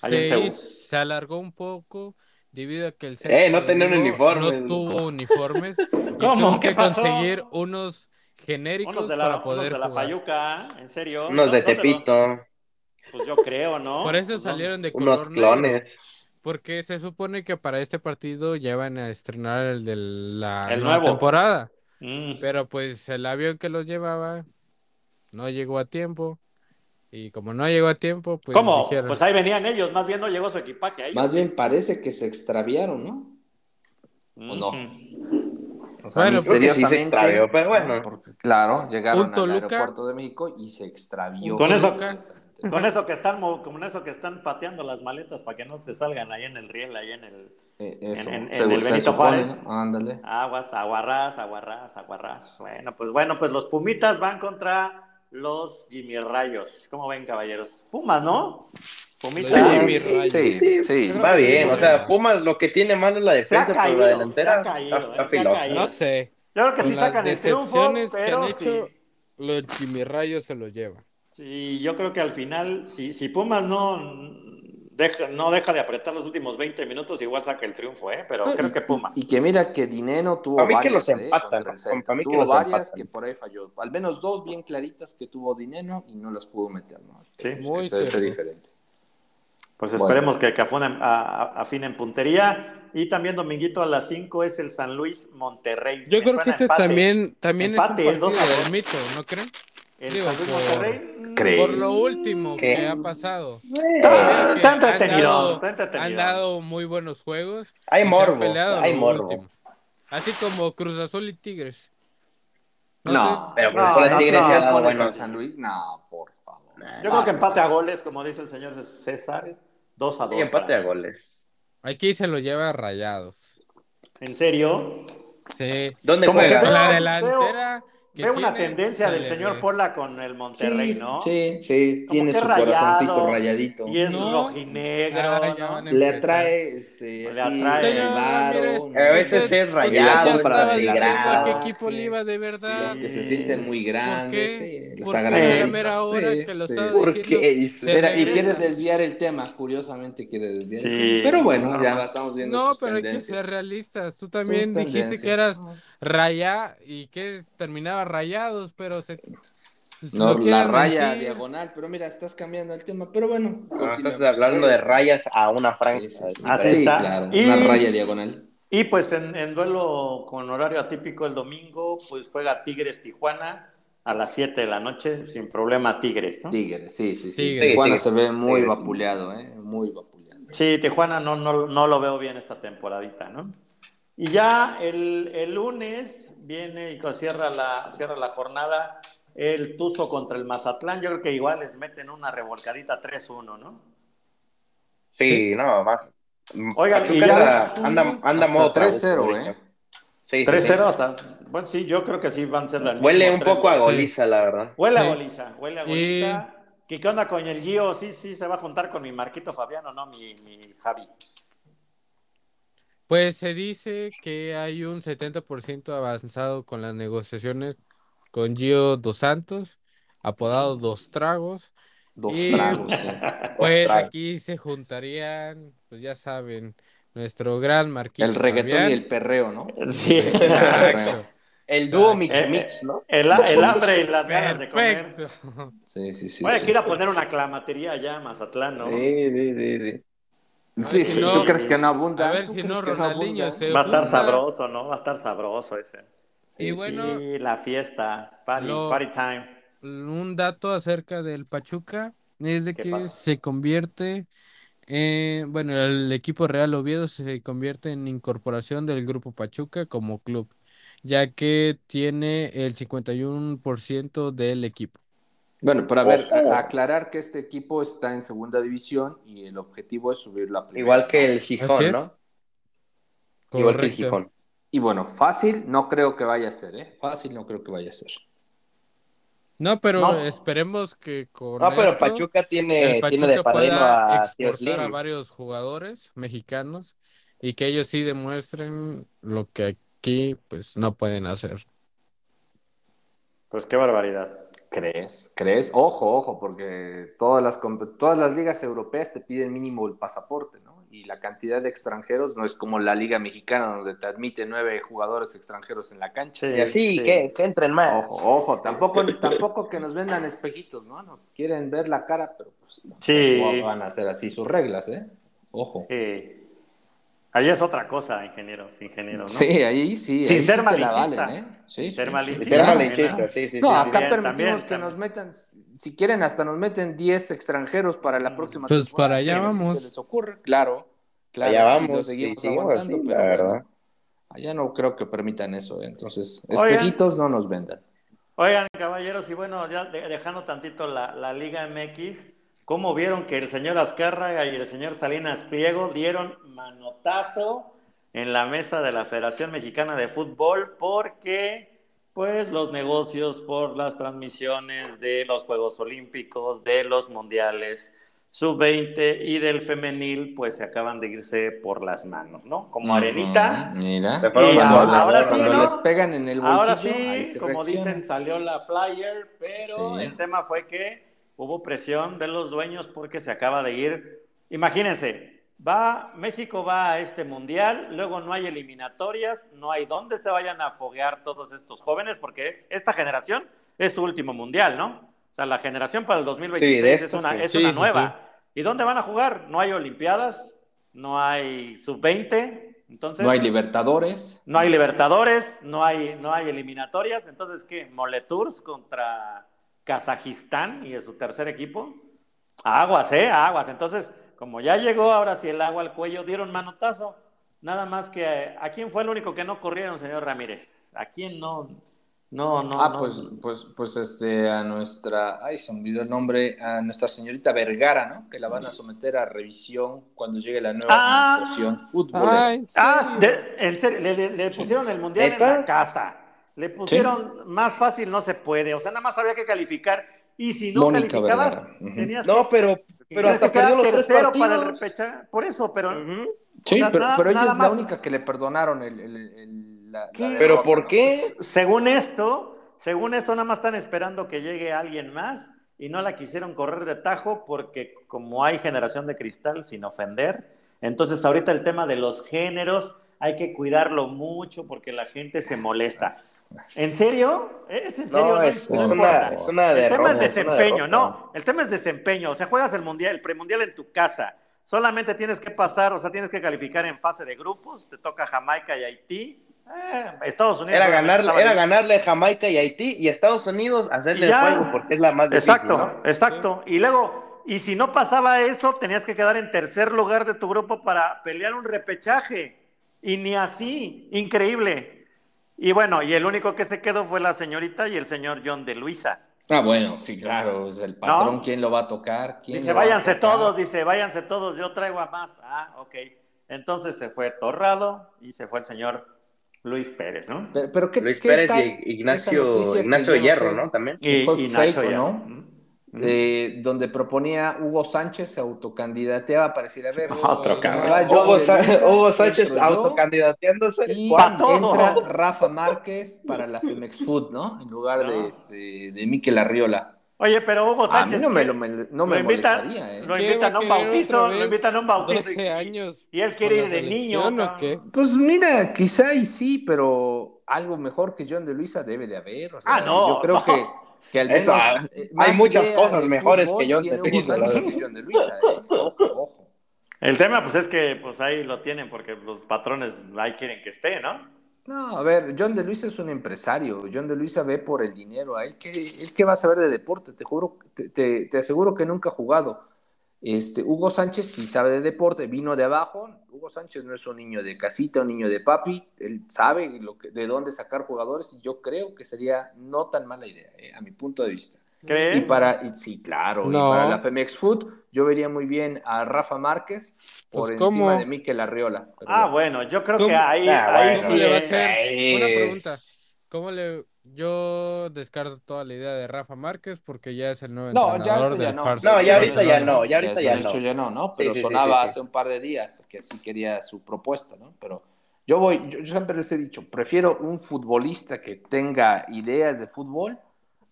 Speaker 1: Ahí en
Speaker 4: Se,
Speaker 1: Seúl.
Speaker 4: hizo- se alargó un poco debido a que el
Speaker 5: Eh, no
Speaker 4: Celta de
Speaker 5: tenía un
Speaker 4: Vigo
Speaker 5: uniforme.
Speaker 4: No tuvo uniformes. y
Speaker 1: ¿Cómo?
Speaker 4: tuvo
Speaker 1: ¿Qué
Speaker 4: que
Speaker 1: pasó?
Speaker 4: conseguir unos genéricos
Speaker 1: Unos de la,
Speaker 4: para
Speaker 1: unos
Speaker 4: poder
Speaker 1: de la
Speaker 4: jugar.
Speaker 1: Fayuca, ¿eh? en serio.
Speaker 5: Unos de
Speaker 1: ¿Dónde lo-
Speaker 5: Tepito,
Speaker 1: Pues yo creo, ¿no?
Speaker 4: Por eso
Speaker 1: Pues no.
Speaker 4: salieron de color
Speaker 5: unos clones.
Speaker 4: negro, porque se supone que para este partido ya van a estrenar el de la
Speaker 1: El
Speaker 4: nueva
Speaker 1: nuevo.
Speaker 4: temporada.
Speaker 1: Mm.
Speaker 4: Pero pues el avión que los llevaba no llegó a tiempo. Y como no llegó a tiempo, pues
Speaker 1: ¿Cómo?
Speaker 4: dijeron,
Speaker 1: Pues ahí venían ellos, más bien no llegó su equipaje ahí.
Speaker 2: Más bien parece que se extraviaron, ¿no?
Speaker 1: Mm.
Speaker 2: ¿o no? O
Speaker 4: Bueno,
Speaker 5: creo que sí se
Speaker 2: misteriosamente,
Speaker 5: extravió, pero bueno.
Speaker 2: ¿no? Porque, claro, llegaron
Speaker 4: Un Toluca-
Speaker 2: al aeropuerto de México y se extravió.
Speaker 1: Con eso-
Speaker 2: Misteriosamente.
Speaker 1: Con eso que están mo- con eso que están pateando las maletas para que no te salgan ahí en el riel, ahí en el
Speaker 2: Eh, eso,
Speaker 1: En- en-
Speaker 2: se-
Speaker 1: en el
Speaker 2: se
Speaker 1: Benito
Speaker 2: supone,
Speaker 1: Juárez.
Speaker 2: ¿no? Ándale.
Speaker 1: aguas, aguarrás, aguarrás, aguarrás. Bueno, pues bueno, pues los Pumitas van contra los Jimmy Rayos. ¿Cómo ven, caballeros? Pumas, ¿no?
Speaker 4: los
Speaker 1: Pumitas.
Speaker 4: Jimmy Rayos.
Speaker 2: Sí, sí, sí.
Speaker 5: Va bien, o sea, Pumas lo que tiene mal es la
Speaker 1: Se ha
Speaker 5: defensa, pero
Speaker 1: caído,
Speaker 5: la delantera
Speaker 1: se ha caído,
Speaker 5: está, está
Speaker 1: eh, se ha
Speaker 5: filosa.
Speaker 1: caído.
Speaker 4: No sé,
Speaker 1: Yo creo que
Speaker 4: con
Speaker 1: sí
Speaker 4: las
Speaker 1: sacan el triunfo,
Speaker 4: decepciones que
Speaker 1: pero
Speaker 4: han hecho,
Speaker 1: sí,
Speaker 4: los Jimmy Rayos se los llevan.
Speaker 1: sí, yo creo que al final, si, si Pumas no deja, no deja de apretar los últimos 20 minutos, igual saca el triunfo, ¿eh? Pero creo
Speaker 2: Y-
Speaker 1: que Pumas.
Speaker 2: Y, que mira que Dineno tuvo
Speaker 5: Para mí que
Speaker 2: varias,
Speaker 5: los
Speaker 2: eh,
Speaker 5: empatan,
Speaker 2: contra el Celta.
Speaker 5: para mí que
Speaker 2: tuvo
Speaker 5: los
Speaker 2: varias
Speaker 5: empatan.
Speaker 2: que por ahí falló. Al menos dos bien claritas que tuvo Dineno y no las pudo meter. ¿no?
Speaker 1: Sí.
Speaker 4: Muy
Speaker 2: Eso es
Speaker 4: cierto.
Speaker 2: diferente.
Speaker 1: Pues esperemos que, que afunen- a- a- afinen puntería. Y también dominguito a las 5 es el San Luis Monterrey.
Speaker 4: Yo
Speaker 1: Me
Speaker 4: creo
Speaker 1: suena
Speaker 4: que este
Speaker 1: empate.
Speaker 4: también, también es un
Speaker 1: Empate, el
Speaker 4: partido
Speaker 1: dos a dos.
Speaker 4: del mito, ¿no creen?
Speaker 1: El
Speaker 4: digo,
Speaker 1: San Luis
Speaker 4: por-
Speaker 1: Monterrey. mm,
Speaker 2: ¿Crees?
Speaker 4: Por lo último
Speaker 5: ¿Qué?
Speaker 4: que ha pasado.
Speaker 5: Eh,
Speaker 1: Está,
Speaker 4: que
Speaker 1: está
Speaker 4: han dado-
Speaker 1: entretenido. Está
Speaker 4: Han
Speaker 1: entretenido.
Speaker 4: dado muy buenos juegos. y
Speaker 5: Hay
Speaker 4: se han
Speaker 5: morbo,
Speaker 4: peleado
Speaker 5: hay
Speaker 4: lo
Speaker 5: morbo.
Speaker 4: último. Así como Cruz Azul y Tigres.
Speaker 2: No,
Speaker 5: Pero
Speaker 1: No,
Speaker 5: Cruz Azul
Speaker 1: no,
Speaker 5: a Tigres
Speaker 1: no,
Speaker 5: se ha dado
Speaker 2: ¿Pones al
Speaker 5: buenos.
Speaker 2: San Luis? No, por favor.
Speaker 1: Yo creo que empate a goles, como dice el señor César. 2 a 2.
Speaker 5: Y empate a goles.
Speaker 4: Aquí se lo lleva rayados.
Speaker 1: ¿En serio?
Speaker 4: Sí.
Speaker 5: ¿Dónde
Speaker 1: Como que
Speaker 5: juega?
Speaker 4: Con la
Speaker 1: veo-
Speaker 4: delantera. que
Speaker 1: Veo una
Speaker 4: tiene,
Speaker 1: tendencia
Speaker 4: se
Speaker 1: del
Speaker 4: le
Speaker 1: señor
Speaker 4: ve.
Speaker 1: Pola con el Monterrey, ¿no?
Speaker 2: Sí, sí,
Speaker 1: Como
Speaker 2: tiene
Speaker 1: que
Speaker 2: su
Speaker 1: rayado,
Speaker 2: corazoncito rayadito.
Speaker 1: Y es
Speaker 4: No.
Speaker 1: rojinegro,
Speaker 4: Ah, ya
Speaker 1: ¿no?
Speaker 4: van a
Speaker 2: Le
Speaker 4: empezar.
Speaker 2: atrae, este,
Speaker 1: Le
Speaker 2: así,
Speaker 1: atrae.
Speaker 2: el
Speaker 4: Señor, mire,
Speaker 2: varo.
Speaker 4: este-
Speaker 5: A veces
Speaker 4: Usted-
Speaker 5: es rayado,
Speaker 4: usted ya
Speaker 2: para
Speaker 4: estaba diciendo a
Speaker 2: Belgrado,
Speaker 4: qué equipo
Speaker 2: sí.
Speaker 4: le iba de
Speaker 2: Sí, los
Speaker 4: verdad.
Speaker 2: que se sienten muy grandes, sí, los
Speaker 4: Porque
Speaker 1: agarré.
Speaker 4: a
Speaker 2: agraviados.
Speaker 4: mera hora
Speaker 2: sí,
Speaker 4: que lo
Speaker 2: sí.
Speaker 4: estaba
Speaker 5: ¿Por
Speaker 4: diciendo.
Speaker 5: qué hizo?
Speaker 4: Se
Speaker 2: Mira, y
Speaker 4: regresa.
Speaker 2: quiere desviar el tema, curiosamente quiere desviar el
Speaker 1: Sí.
Speaker 2: tema. Pero bueno, ya
Speaker 1: Ajá.
Speaker 2: estamos viendo
Speaker 4: No,
Speaker 2: sus
Speaker 4: pero hay que
Speaker 2: tendencias.
Speaker 4: ser realistas. Tú
Speaker 2: Sus
Speaker 4: también dijiste que
Speaker 2: tendencias.
Speaker 4: eras raya y que terminaba rayados, pero se. se
Speaker 2: No,
Speaker 4: lo
Speaker 2: la
Speaker 4: quieren
Speaker 2: raya
Speaker 4: mentir.
Speaker 2: diagonal, pero mira, estás cambiando el tema, pero bueno.
Speaker 5: No, Ah, estás
Speaker 2: continuemos.
Speaker 5: hablando de
Speaker 2: Sí,
Speaker 5: rayas a una
Speaker 2: sí, sí,
Speaker 5: franja.
Speaker 2: sí.
Speaker 1: Así
Speaker 2: Sí,
Speaker 1: está.
Speaker 2: claro,
Speaker 1: Y-
Speaker 2: una raya diagonal.
Speaker 1: Y pues en, en duelo con horario atípico el domingo, pues juega Tigres Tijuana a las 7 de la noche, sin problema Tigres, ¿no?
Speaker 2: Tigre, sí, sí, sí.
Speaker 4: Tigre.
Speaker 2: Tijuana
Speaker 5: Tigre,
Speaker 2: se ve muy
Speaker 5: Tigre, sí.
Speaker 2: vapuleado, eh, muy vapuleado.
Speaker 1: Sí, Tijuana no, no, no lo veo bien esta temporadita, ¿no? Y ya el, el lunes viene y co- cierra la, cierra la jornada el Tuzo contra el Mazatlán. Yo creo que igual les meten una revolcadita 3-1, ¿no?
Speaker 5: Sí, no, más.
Speaker 1: Oigan,
Speaker 5: Pachuca
Speaker 1: y ya
Speaker 5: anda,
Speaker 2: ves,
Speaker 5: anda, anda
Speaker 2: hasta
Speaker 5: modo trabuco
Speaker 2: 3-0,
Speaker 5: ahorita.
Speaker 2: ¿eh?
Speaker 5: Sí, sí, sí.
Speaker 1: 3-0 hasta... Bueno, sí, yo creo que sí van a ser las
Speaker 5: Huele un poco a goliza, la verdad.
Speaker 1: Huele
Speaker 4: Sí.
Speaker 1: a goliza, huele a goliza. ¿Qué, qué onda con el Gio? Sí, sí, se va a juntar con mi Marquito Fabiano, no mi, mi Javi.
Speaker 4: Pues se dice que hay un 70% avanzado con las negociaciones con Gio Dos Santos, apodado Dos Tragos.
Speaker 2: Dos
Speaker 4: Y-
Speaker 2: tragos, sí.
Speaker 4: Pues
Speaker 5: Tragos.
Speaker 4: aquí se juntarían, pues ya saben, nuestro gran marquito.
Speaker 2: El reggaetón
Speaker 4: Fabián.
Speaker 2: y el perreo, ¿no?
Speaker 1: Sí.
Speaker 4: Exacto.
Speaker 5: El dúo Mix
Speaker 1: Eh,
Speaker 5: Mix, ¿no?
Speaker 1: El, el hambre y las ganas de comer.
Speaker 4: Perfecto.
Speaker 2: Sí, sí, sí.
Speaker 1: Voy a
Speaker 2: sí.
Speaker 1: ir a poner una clamatería allá a Mazatlán, ¿no?
Speaker 5: Sí, sí, sí, sí.
Speaker 2: Sí, sí,
Speaker 4: no-
Speaker 2: ¿tú crees que no abunda?
Speaker 4: A ver
Speaker 2: ¿Tú
Speaker 4: si
Speaker 2: crees
Speaker 4: no
Speaker 2: que
Speaker 4: Ronaldinho
Speaker 2: abunda?
Speaker 4: se
Speaker 1: Va a estar
Speaker 4: junta.
Speaker 1: sabroso, ¿no? Va a estar sabroso ese.
Speaker 4: Y
Speaker 2: Sí, sí, sí.
Speaker 4: bueno,
Speaker 1: Sí, la fiesta. Party,
Speaker 4: Lo-
Speaker 1: party time.
Speaker 4: un dato acerca del Pachuca es de
Speaker 1: ¿Qué
Speaker 4: que
Speaker 1: pasa?
Speaker 4: se convierte, eh, bueno, el equipo Real Oviedo se convierte en incorporación del grupo Pachuca como club, ya que tiene el 51% del equipo.
Speaker 2: Bueno, pero a ver,
Speaker 5: Ojo.
Speaker 2: a- aclarar que este equipo está en segunda división y el objetivo es subir la primera.
Speaker 5: Igual que el
Speaker 4: Así
Speaker 5: Gijón,
Speaker 4: es.
Speaker 5: ¿no? Igual que el
Speaker 4: Correcto.
Speaker 5: Gijón.
Speaker 2: Y bueno, fácil no creo que vaya a ser, ¿eh? Fácil no creo que vaya a ser.
Speaker 4: No, pero
Speaker 2: No.
Speaker 4: esperemos que con
Speaker 5: No, pero
Speaker 4: esto,
Speaker 5: Pachuca tiene,
Speaker 4: el
Speaker 5: tiene de
Speaker 4: Pachuca
Speaker 5: padrino
Speaker 4: pueda
Speaker 5: a Tío
Speaker 4: exportar a
Speaker 5: Slim.
Speaker 4: varios jugadores mexicanos y que ellos sí demuestren lo que aquí pues no pueden hacer.
Speaker 1: Pues qué barbaridad.
Speaker 2: ¿Crees? ¿Crees? Ojo, ojo, porque todas las, comp- todas las ligas europeas te piden mínimo el pasaporte, ¿no? Y la cantidad de extranjeros no es como la liga mexicana donde te admite nueve jugadores extranjeros en la cancha.
Speaker 1: Sí,
Speaker 5: Y así,
Speaker 1: sí.
Speaker 5: que, que entren más.
Speaker 2: Ojo, ojo, tampoco, tampoco que nos vendan espejitos, ¿no? Nos quieren ver la cara, pero pues no
Speaker 1: Sí.
Speaker 2: van a hacer así sus reglas, ¿eh? Ojo.
Speaker 1: Sí. Ahí es otra cosa, ingenieros, ingenieros, ¿no?
Speaker 2: Sí, ahí sí.
Speaker 1: Sin ser
Speaker 2: ahí sí te la
Speaker 1: malinchista.
Speaker 2: valen, ¿eh? Sí,
Speaker 1: Sin ser
Speaker 2: sí, sí,
Speaker 5: Y
Speaker 1: malinchista.
Speaker 5: ser
Speaker 2: claro.
Speaker 5: malinchista, sí, sí,
Speaker 2: No,
Speaker 5: sí, sí.
Speaker 2: acá
Speaker 1: También,
Speaker 2: permitimos
Speaker 1: también,
Speaker 2: que
Speaker 1: también.
Speaker 2: nos metan, si quieren, hasta nos meten 10 extranjeros para
Speaker 1: Mm.
Speaker 2: la próxima
Speaker 4: Pues
Speaker 2: temporada,
Speaker 4: para allá
Speaker 2: si les-
Speaker 4: vamos.
Speaker 2: Si se les ocurre, claro. claro
Speaker 5: Allá
Speaker 2: y lo
Speaker 5: vamos,
Speaker 2: seguimos
Speaker 5: y seguimos
Speaker 2: aguantando,
Speaker 5: así,
Speaker 2: pero
Speaker 5: la
Speaker 2: bueno,
Speaker 5: verdad.
Speaker 2: allá no creo que permitan eso, ¿eh? entonces,
Speaker 1: Oigan.
Speaker 2: espejitos no nos vendan.
Speaker 1: Oigan, caballeros, y bueno, ya de- dejando tantito la, la Liga MX, ¿cómo vieron que el señor Azcárraga y el señor Salinas Pliego dieron manotazo en la mesa de la Federación Mexicana de Fútbol? Porque, pues, los negocios por las transmisiones de los Juegos Olímpicos, de los Mundiales Sub-20 y del Femenil, pues se acaban de irse por las manos, ¿no? Como arenita.
Speaker 2: Ujú, mira.
Speaker 5: Se fueron
Speaker 1: Y
Speaker 5: las
Speaker 2: Cuando,
Speaker 5: bolas,
Speaker 1: ahora
Speaker 2: les,
Speaker 5: se
Speaker 1: sí,
Speaker 5: fueron
Speaker 2: cuando
Speaker 1: ¿no?
Speaker 2: les pegan en el bolsillo,
Speaker 1: Ahora
Speaker 2: ahí
Speaker 1: sí,
Speaker 2: se
Speaker 1: como
Speaker 2: reacciona.
Speaker 1: dicen, salió la flyer, pero
Speaker 2: Sí.
Speaker 1: el tema fue que hubo presión de los dueños porque se acaba de ir. Imagínense, va México va a este mundial, luego no hay eliminatorias, no hay dónde se vayan a foguear todos estos jóvenes porque esta generación es su último mundial, ¿no? O sea, la generación para el 2026
Speaker 5: Sí, de
Speaker 1: es
Speaker 5: esta
Speaker 1: una,
Speaker 5: sí.
Speaker 1: es
Speaker 4: Sí,
Speaker 1: una
Speaker 4: sí,
Speaker 1: nueva. ¿Y dónde van a jugar? No hay Olimpiadas, no hay sub-20, Entonces,
Speaker 2: No hay Libertadores.
Speaker 1: no hay Libertadores, no hay, no hay eliminatorias. Entonces, ¿qué? Moletours contra Kazajistán y de su tercer equipo. Aguas, ¿eh? Aguas. Entonces, como ya llegó ahora sí el agua al cuello, dieron manotazo. Nada más que eh, a quién fue el único que no corrieron, señor Ramírez. ¿A quién no? No, no.
Speaker 2: ah,
Speaker 1: no.
Speaker 2: pues, pues, pues este, a nuestra, ay, se me olvidó el nombre, a nuestra señorita Vergara, ¿no? Que la van a someter a revisión cuando llegue la nueva
Speaker 1: Ah.
Speaker 2: administración futbolera.
Speaker 4: Ay, sí.
Speaker 1: Ah, de- en serio, le, le- le pusieron el mundial en
Speaker 5: ¿Neta?
Speaker 1: la casa. Le pusieron más fácil, no se puede. O sea, nada más había que calificar. Y si no
Speaker 2: Mónica
Speaker 1: calificabas,
Speaker 2: Vergara. Ujú.
Speaker 1: tenías que.
Speaker 5: No, pero, pero
Speaker 1: tenías
Speaker 5: hasta
Speaker 1: que quedar
Speaker 5: perdió los tres
Speaker 1: tercero
Speaker 5: partidos.
Speaker 1: para el repechaje. Por eso, pero.
Speaker 5: Ujú.
Speaker 2: Sí,
Speaker 1: O sea,
Speaker 2: pero,
Speaker 1: nada-
Speaker 2: pero ella
Speaker 1: nada
Speaker 2: es
Speaker 1: más.
Speaker 2: la única que le perdonaron el, el, el- la, la
Speaker 1: ¿Qué?
Speaker 2: derrota,
Speaker 5: Pero ¿por
Speaker 2: ¿no?
Speaker 5: qué?
Speaker 1: S- Según esto, según esto, nada más están esperando que llegue alguien más y no la quisieron correr de tajo porque como hay generación de cristal, sin ofender, entonces ahorita el tema de los géneros hay que cuidarlo mucho porque la gente se molesta. ¿En serio? ¿Es en serio?
Speaker 5: No, es,
Speaker 1: No
Speaker 5: es una,
Speaker 1: importa.
Speaker 5: es una
Speaker 1: El tema
Speaker 5: derrota,
Speaker 1: es
Speaker 5: es una
Speaker 1: desempeño,
Speaker 5: derrota.
Speaker 1: no. El tema es desempeño. O sea, juegas el mundial, el premundial en tu casa. Solamente tienes que pasar, o sea, tienes que calificar en fase de grupos. Te toca Jamaica y Haití. Eh, Estados Unidos.
Speaker 5: Era,
Speaker 1: obviamente,
Speaker 5: ganar,
Speaker 1: estaba
Speaker 5: era
Speaker 1: ahí.
Speaker 5: ganarle a Jamaica y Haití y Estados Unidos hacerle
Speaker 1: Y ya.
Speaker 5: el juego porque es la más difícil.
Speaker 1: Exacto,
Speaker 5: ¿no?
Speaker 1: exacto. Y luego, y si no pasaba eso, tenías que quedar en tercer lugar de tu grupo para pelear un repechaje. Y ni así, increíble. Y bueno, y el único que se quedó fue la señorita y el señor John de Luisa.
Speaker 2: Ah, bueno, sí, claro, es el patrón,
Speaker 1: ¿No?
Speaker 2: ¿quién lo va a tocar? ¿Quién
Speaker 1: Dice,
Speaker 2: lo va a
Speaker 1: váyanse
Speaker 2: tocar?
Speaker 1: todos, dice, váyanse todos, yo traigo a más. Ah, ok. Entonces se fue Torrado y se fue el señor Luis Pérez, ¿no?
Speaker 2: Pero, pero ¿qué,
Speaker 5: Luis
Speaker 2: qué
Speaker 5: Pérez
Speaker 2: tal
Speaker 5: y
Speaker 2: esa noticia
Speaker 5: Ignacio,
Speaker 2: que
Speaker 5: Ignacio
Speaker 2: yo no
Speaker 5: Hierro,
Speaker 2: sé?
Speaker 5: ¿no? También.
Speaker 2: que fue Freico,
Speaker 1: ya.
Speaker 2: ¿no?
Speaker 1: Mm.
Speaker 2: Eh, donde proponía Hugo Sánchez se autocandidateaba para decir, a ver,
Speaker 1: Otro
Speaker 2: se
Speaker 1: cabrón.
Speaker 2: me va John
Speaker 5: Hugo,
Speaker 2: de
Speaker 5: Sa-
Speaker 2: Luisa,
Speaker 5: Hugo Sáchez
Speaker 2: entro yo,
Speaker 5: autocandidateándose.
Speaker 2: y
Speaker 1: Pa'
Speaker 5: Juan,
Speaker 1: todo.
Speaker 2: entra Rafa Márquez para la Femex Food, ¿no? En lugar
Speaker 1: No.
Speaker 2: de, este, de Miquel Arriola.
Speaker 1: Oye, pero Hugo
Speaker 2: A
Speaker 1: Sánchez.
Speaker 2: mí no me,
Speaker 1: ¿qué?
Speaker 2: lo, me- no me
Speaker 1: Lo invitan,
Speaker 2: molestaría, ¿eh?
Speaker 1: lo
Speaker 4: ¿Qué
Speaker 1: invitan
Speaker 4: va
Speaker 1: a un
Speaker 4: querer
Speaker 1: bautizo,
Speaker 4: otra
Speaker 1: lo
Speaker 4: vez?
Speaker 1: invitan a un bautizo.
Speaker 4: 12
Speaker 1: y-
Speaker 4: años.
Speaker 1: Y él quiere ir
Speaker 4: con la
Speaker 1: de niño.
Speaker 4: selección, ¿o
Speaker 1: cabrón.
Speaker 4: qué?
Speaker 2: Pues mira, quizá y sí, pero algo mejor que John de Luisa debe de haber. o sea,
Speaker 1: Ah, no,
Speaker 2: Yo creo
Speaker 1: no.
Speaker 2: que, que al menos
Speaker 5: Eso,
Speaker 2: eh,
Speaker 5: hay
Speaker 2: más
Speaker 5: muchas
Speaker 2: idea
Speaker 5: cosas
Speaker 2: de
Speaker 5: mejores
Speaker 2: fútbol
Speaker 5: que John de
Speaker 2: tiene Hugo
Speaker 5: Luisa, la
Speaker 2: Sánchez
Speaker 5: verdad.
Speaker 2: que John de Luisa, eh. Ojo, ojo.
Speaker 1: El tema, pues, es que pues ahí lo tienen, porque los patrones ahí quieren que esté, ¿no?
Speaker 2: No, a ver, John de Luisa es un empresario. John de Luisa ve por el dinero. ¿A él qué, él qué va a saber de deporte? Te juro, te, te- te aseguro que nunca ha jugado. Este, Hugo Sánchez sí sabe de deporte, vino de abajo. Hugo Sánchez no es un niño de casita, un niño de papi. Él sabe lo que- de dónde sacar jugadores y yo creo que sería no tan mala idea, eh, a mi punto de vista.
Speaker 1: ¿Crees?
Speaker 2: Y para, y sí, claro,
Speaker 4: ¿Eh? No.
Speaker 2: y para la Femex Food, yo vería muy bien a Rafa Márquez por
Speaker 4: Pues,
Speaker 2: encima
Speaker 4: ¿cómo?
Speaker 2: de Mikel Arriola. Pero
Speaker 1: Ah,
Speaker 2: bueno.
Speaker 1: bueno, yo creo
Speaker 4: ¿Cómo?
Speaker 1: que ahí,
Speaker 5: Ah,
Speaker 1: ahí
Speaker 5: bueno.
Speaker 1: sí.
Speaker 4: Le va
Speaker 1: eh.
Speaker 4: a hacer- Una
Speaker 5: Es-
Speaker 4: pregunta. ¿Cómo le.? Yo descarto toda la idea de Rafa Márquez porque ya es el nuevo
Speaker 2: No, ya
Speaker 4: entrenador
Speaker 2: ahorita ya
Speaker 4: del
Speaker 2: no.
Speaker 4: Fars-
Speaker 5: No, ya ahorita ya
Speaker 4: Barcelona.
Speaker 5: no, ya ahorita
Speaker 2: es
Speaker 5: ya
Speaker 2: un hecho
Speaker 5: no.
Speaker 2: ya no, ¿no?
Speaker 5: Sí,
Speaker 2: Pero
Speaker 5: sí, sí,
Speaker 2: sonaba
Speaker 5: sí, sí.
Speaker 2: hace un par de días que así quería su propuesta, ¿no? Pero yo voy, yo, yo siempre les he dicho, prefiero un futbolista que tenga ideas de fútbol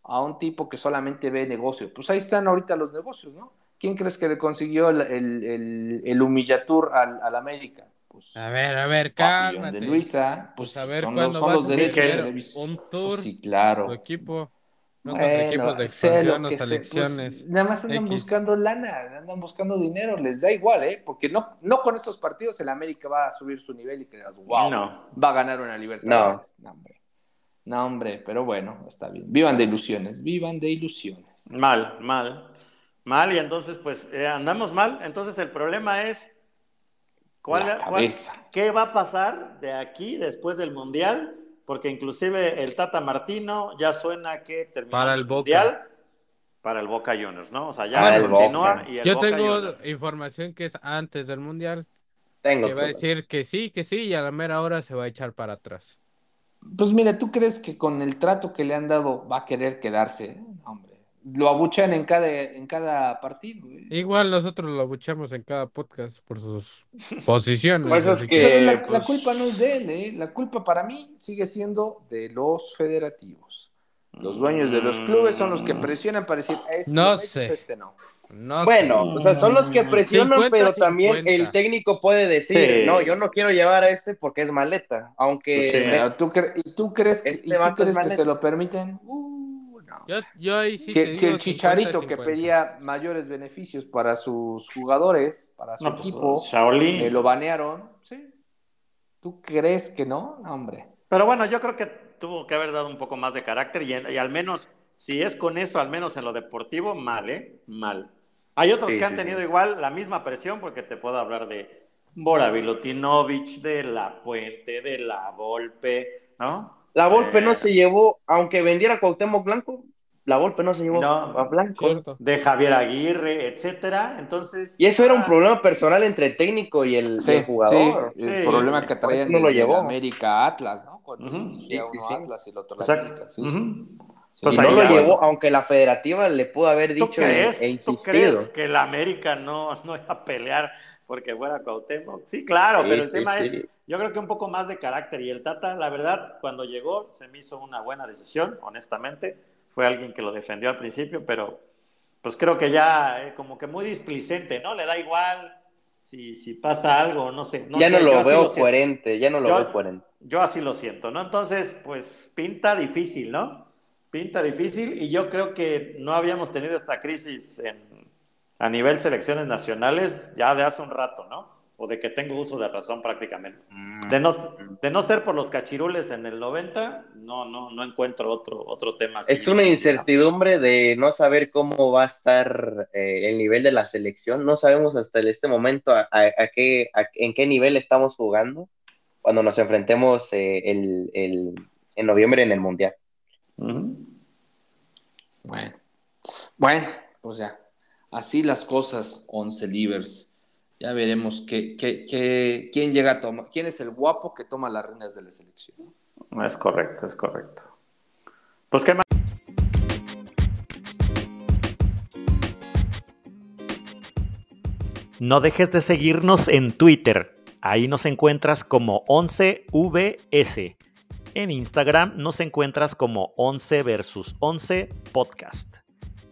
Speaker 2: a un tipo que solamente ve negocio. Pues ahí están ahorita los negocios, ¿no? ¿Quién crees que le consiguió el, el, el, el humillatur al, al América? Pues
Speaker 4: A ver, a ver,
Speaker 2: papi, John
Speaker 4: Ah, cálmate.
Speaker 2: de Luisa, pues
Speaker 4: Pues a ver
Speaker 2: son los,
Speaker 4: cuándo
Speaker 2: son
Speaker 4: vas
Speaker 2: los
Speaker 4: a
Speaker 2: derechos de
Speaker 1: Miquel.
Speaker 2: televisión.
Speaker 4: un tour
Speaker 2: Pues sí,
Speaker 4: tu
Speaker 2: claro.
Speaker 4: equipo. No
Speaker 2: Bueno,
Speaker 4: contra equipos de
Speaker 2: sea lo
Speaker 4: expansión o
Speaker 2: que sea, pues,
Speaker 4: selecciones.
Speaker 2: nada más andan
Speaker 4: X.
Speaker 2: buscando lana, andan buscando dinero, les da igual, ¿eh? Porque no, no con estos partidos el América va a subir su nivel y creas, wow,
Speaker 1: No.
Speaker 2: va a ganar una Libertadores. No. hombre. No, hombre, pero bueno, está bien. Vivan de ilusiones, vivan de ilusiones.
Speaker 1: Mal, mal. Mal, y entonces, pues, eh, andamos mal. Entonces, el problema es. ¿Cuál,
Speaker 2: La
Speaker 1: cuál,
Speaker 2: cabeza.
Speaker 1: ¿Qué va a pasar de aquí después del Mundial? Porque inclusive el Tata Martino ya suena que termina
Speaker 4: Para el Boca.
Speaker 1: Mundial para el Boca Juniors, ¿no? O sea, ya
Speaker 5: Para el
Speaker 1: continúa
Speaker 5: Boca.
Speaker 1: y el
Speaker 4: Yo
Speaker 1: Boca
Speaker 4: tengo
Speaker 1: Juniors.
Speaker 4: información que es antes del mundial
Speaker 5: Tengo
Speaker 4: que va a
Speaker 5: dudas.
Speaker 4: decir que sí, que sí, y a la mera hora se va a echar para atrás.
Speaker 2: Pues mira, ¿tú crees que con el trato que le han dado va a querer quedarse? No, hombre. Lo abuchean en cada, en cada partido. ¿eh?
Speaker 4: Igual nosotros lo abuchamos en cada podcast por sus posiciones.
Speaker 5: Pues es
Speaker 4: así
Speaker 5: que-
Speaker 2: Pero la,
Speaker 5: Eh,
Speaker 2: la
Speaker 5: pues-
Speaker 2: culpa no es de él, ¿eh? La culpa para mí sigue siendo de los federativos. Los dueños de los clubes son los
Speaker 5: Mm.
Speaker 1: Mm.
Speaker 2: que presionan para decir, este
Speaker 4: No
Speaker 2: lo metes,
Speaker 4: sé.
Speaker 2: este no.
Speaker 4: no sé.
Speaker 5: Bueno, o sea, son los que presionan,
Speaker 4: 50,
Speaker 5: pero también
Speaker 4: 50.
Speaker 5: el técnico puede decir,
Speaker 1: Sí.
Speaker 5: no, yo no quiero llevar a este porque es maleta, aunque
Speaker 1: Sí.
Speaker 5: me-
Speaker 2: Pero ¿tú cre- ¿Y tú crees que,
Speaker 5: Eh, Este
Speaker 2: y tú
Speaker 5: vato es
Speaker 2: crees que
Speaker 5: maleta.
Speaker 2: se lo permiten? Uh, no.
Speaker 4: Yo, yo ahí sí
Speaker 2: Si,
Speaker 4: te
Speaker 2: si
Speaker 4: digo
Speaker 2: el chicharito
Speaker 4: 50-50.
Speaker 2: que pedía mayores beneficios para sus jugadores, para su
Speaker 1: No, pues,
Speaker 2: equipo,
Speaker 1: Shaolin.
Speaker 2: eh, lo banearon, sí. ¿Tú crees que no? No, Hombre.
Speaker 1: Pero bueno, yo creo que tuvo que haber dado un poco más de carácter y, y al menos, si es con eso, al menos en lo deportivo, mal, ¿eh? Mal. Hay otros
Speaker 5: Sí,
Speaker 1: que han
Speaker 5: sí,
Speaker 1: tenido
Speaker 5: sí.
Speaker 1: igual la misma presión, porque te puedo hablar de Bora Vilutinovic, de La Puente, de La Volpe, ¿no?
Speaker 5: La Volpe
Speaker 1: Eh.
Speaker 5: no se llevó, aunque vendiera a Cuauhtémoc Blanco, la Volpe no se llevó
Speaker 1: No.
Speaker 5: a Blanco.
Speaker 4: Cierto.
Speaker 1: De Javier Aguirre, etcétera. Entonces.
Speaker 5: Y eso era un
Speaker 1: ah,
Speaker 5: problema personal entre el técnico y el, y el jugador.
Speaker 2: sí, el
Speaker 1: Sí.
Speaker 2: problema que
Speaker 5: Por
Speaker 2: traían
Speaker 5: eso no lo
Speaker 2: desde
Speaker 5: llevó.
Speaker 2: la América a Atlas, ¿no? Cuando
Speaker 1: Ujú.
Speaker 2: dirigía
Speaker 5: Sí, sí,
Speaker 2: uno
Speaker 5: sí.
Speaker 2: a Atlas y el otro a la
Speaker 1: Exacto.
Speaker 2: América. Sí, sí.
Speaker 1: Ujú.
Speaker 2: Sí,
Speaker 1: Pues
Speaker 5: Y
Speaker 2: sí,
Speaker 5: no
Speaker 1: ahí
Speaker 5: lo
Speaker 1: ya-
Speaker 5: llevó, aunque la federativa le pudo haber
Speaker 1: ¿Tú
Speaker 5: dicho e-
Speaker 1: crees,
Speaker 5: e
Speaker 1: tú
Speaker 5: insistido.
Speaker 1: crees que la América no, no iba a pelear porque fuera Cuauhtémoc? Sí, claro,
Speaker 5: Sí,
Speaker 1: pero el
Speaker 5: sí,
Speaker 1: tema
Speaker 5: sí.
Speaker 1: es, yo creo que un poco más de carácter. Y el Tata, la verdad, cuando llegó, se me hizo una buena decisión, honestamente. Fue alguien que lo defendió al principio, pero pues creo que ya eh, como que muy displicente, ¿no? Le da igual si, si pasa algo, no sé.
Speaker 5: ya no
Speaker 1: yo- yo
Speaker 5: lo
Speaker 1: así
Speaker 5: veo
Speaker 1: siento.
Speaker 5: coherente, ya no lo
Speaker 1: Yo-
Speaker 5: veo coherente.
Speaker 1: Yo así lo siento, ¿no? Entonces, pues pinta difícil, ¿no? Pinta difícil y yo creo que no habíamos tenido esta crisis en- a nivel selecciones nacionales ya de hace un rato, ¿no? O de que tengo uso de razón prácticamente. De no, de no ser por los cachirules en el 90, no, no, no encuentro otro, otro tema. así
Speaker 5: Es una
Speaker 1: difícil, ¿no?
Speaker 5: incertidumbre de no saber cómo va a estar eh, el nivel de la selección. No sabemos hasta el- este momento a, a- a qué, a- en qué nivel estamos jugando cuando nos enfrentemos eh, el- el- en noviembre en el Mundial.
Speaker 1: Ujú.
Speaker 2: Bueno. Bueno, pues ya. Así las cosas, once livers. Ya veremos qué, qué, qué- quién llega a tomar, quién es el guapo que toma las riendas de la selección.
Speaker 1: Es correcto, es correcto. Pues qué más. No dejes de seguirnos en Twitter. Ahí nos encuentras como 11VS. En Instagram nos encuentras como 11 versus 11 podcast.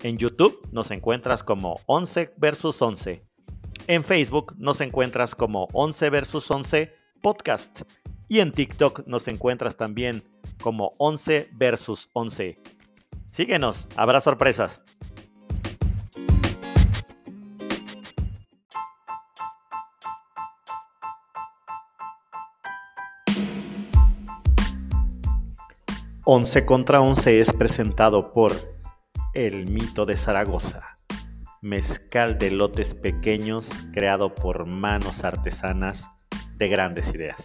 Speaker 1: En YouTube nos encuentras como 11 versus 11. En Facebook nos encuentras como 11 versus 11 podcast. Y en TikTok nos encuentras también como 11 versus 11. Síguenos, habrá sorpresas. Once contra Once es presentado por El Mito de Zaragoza, mezcal de lotes pequeños creado por manos artesanas de grandes ideas.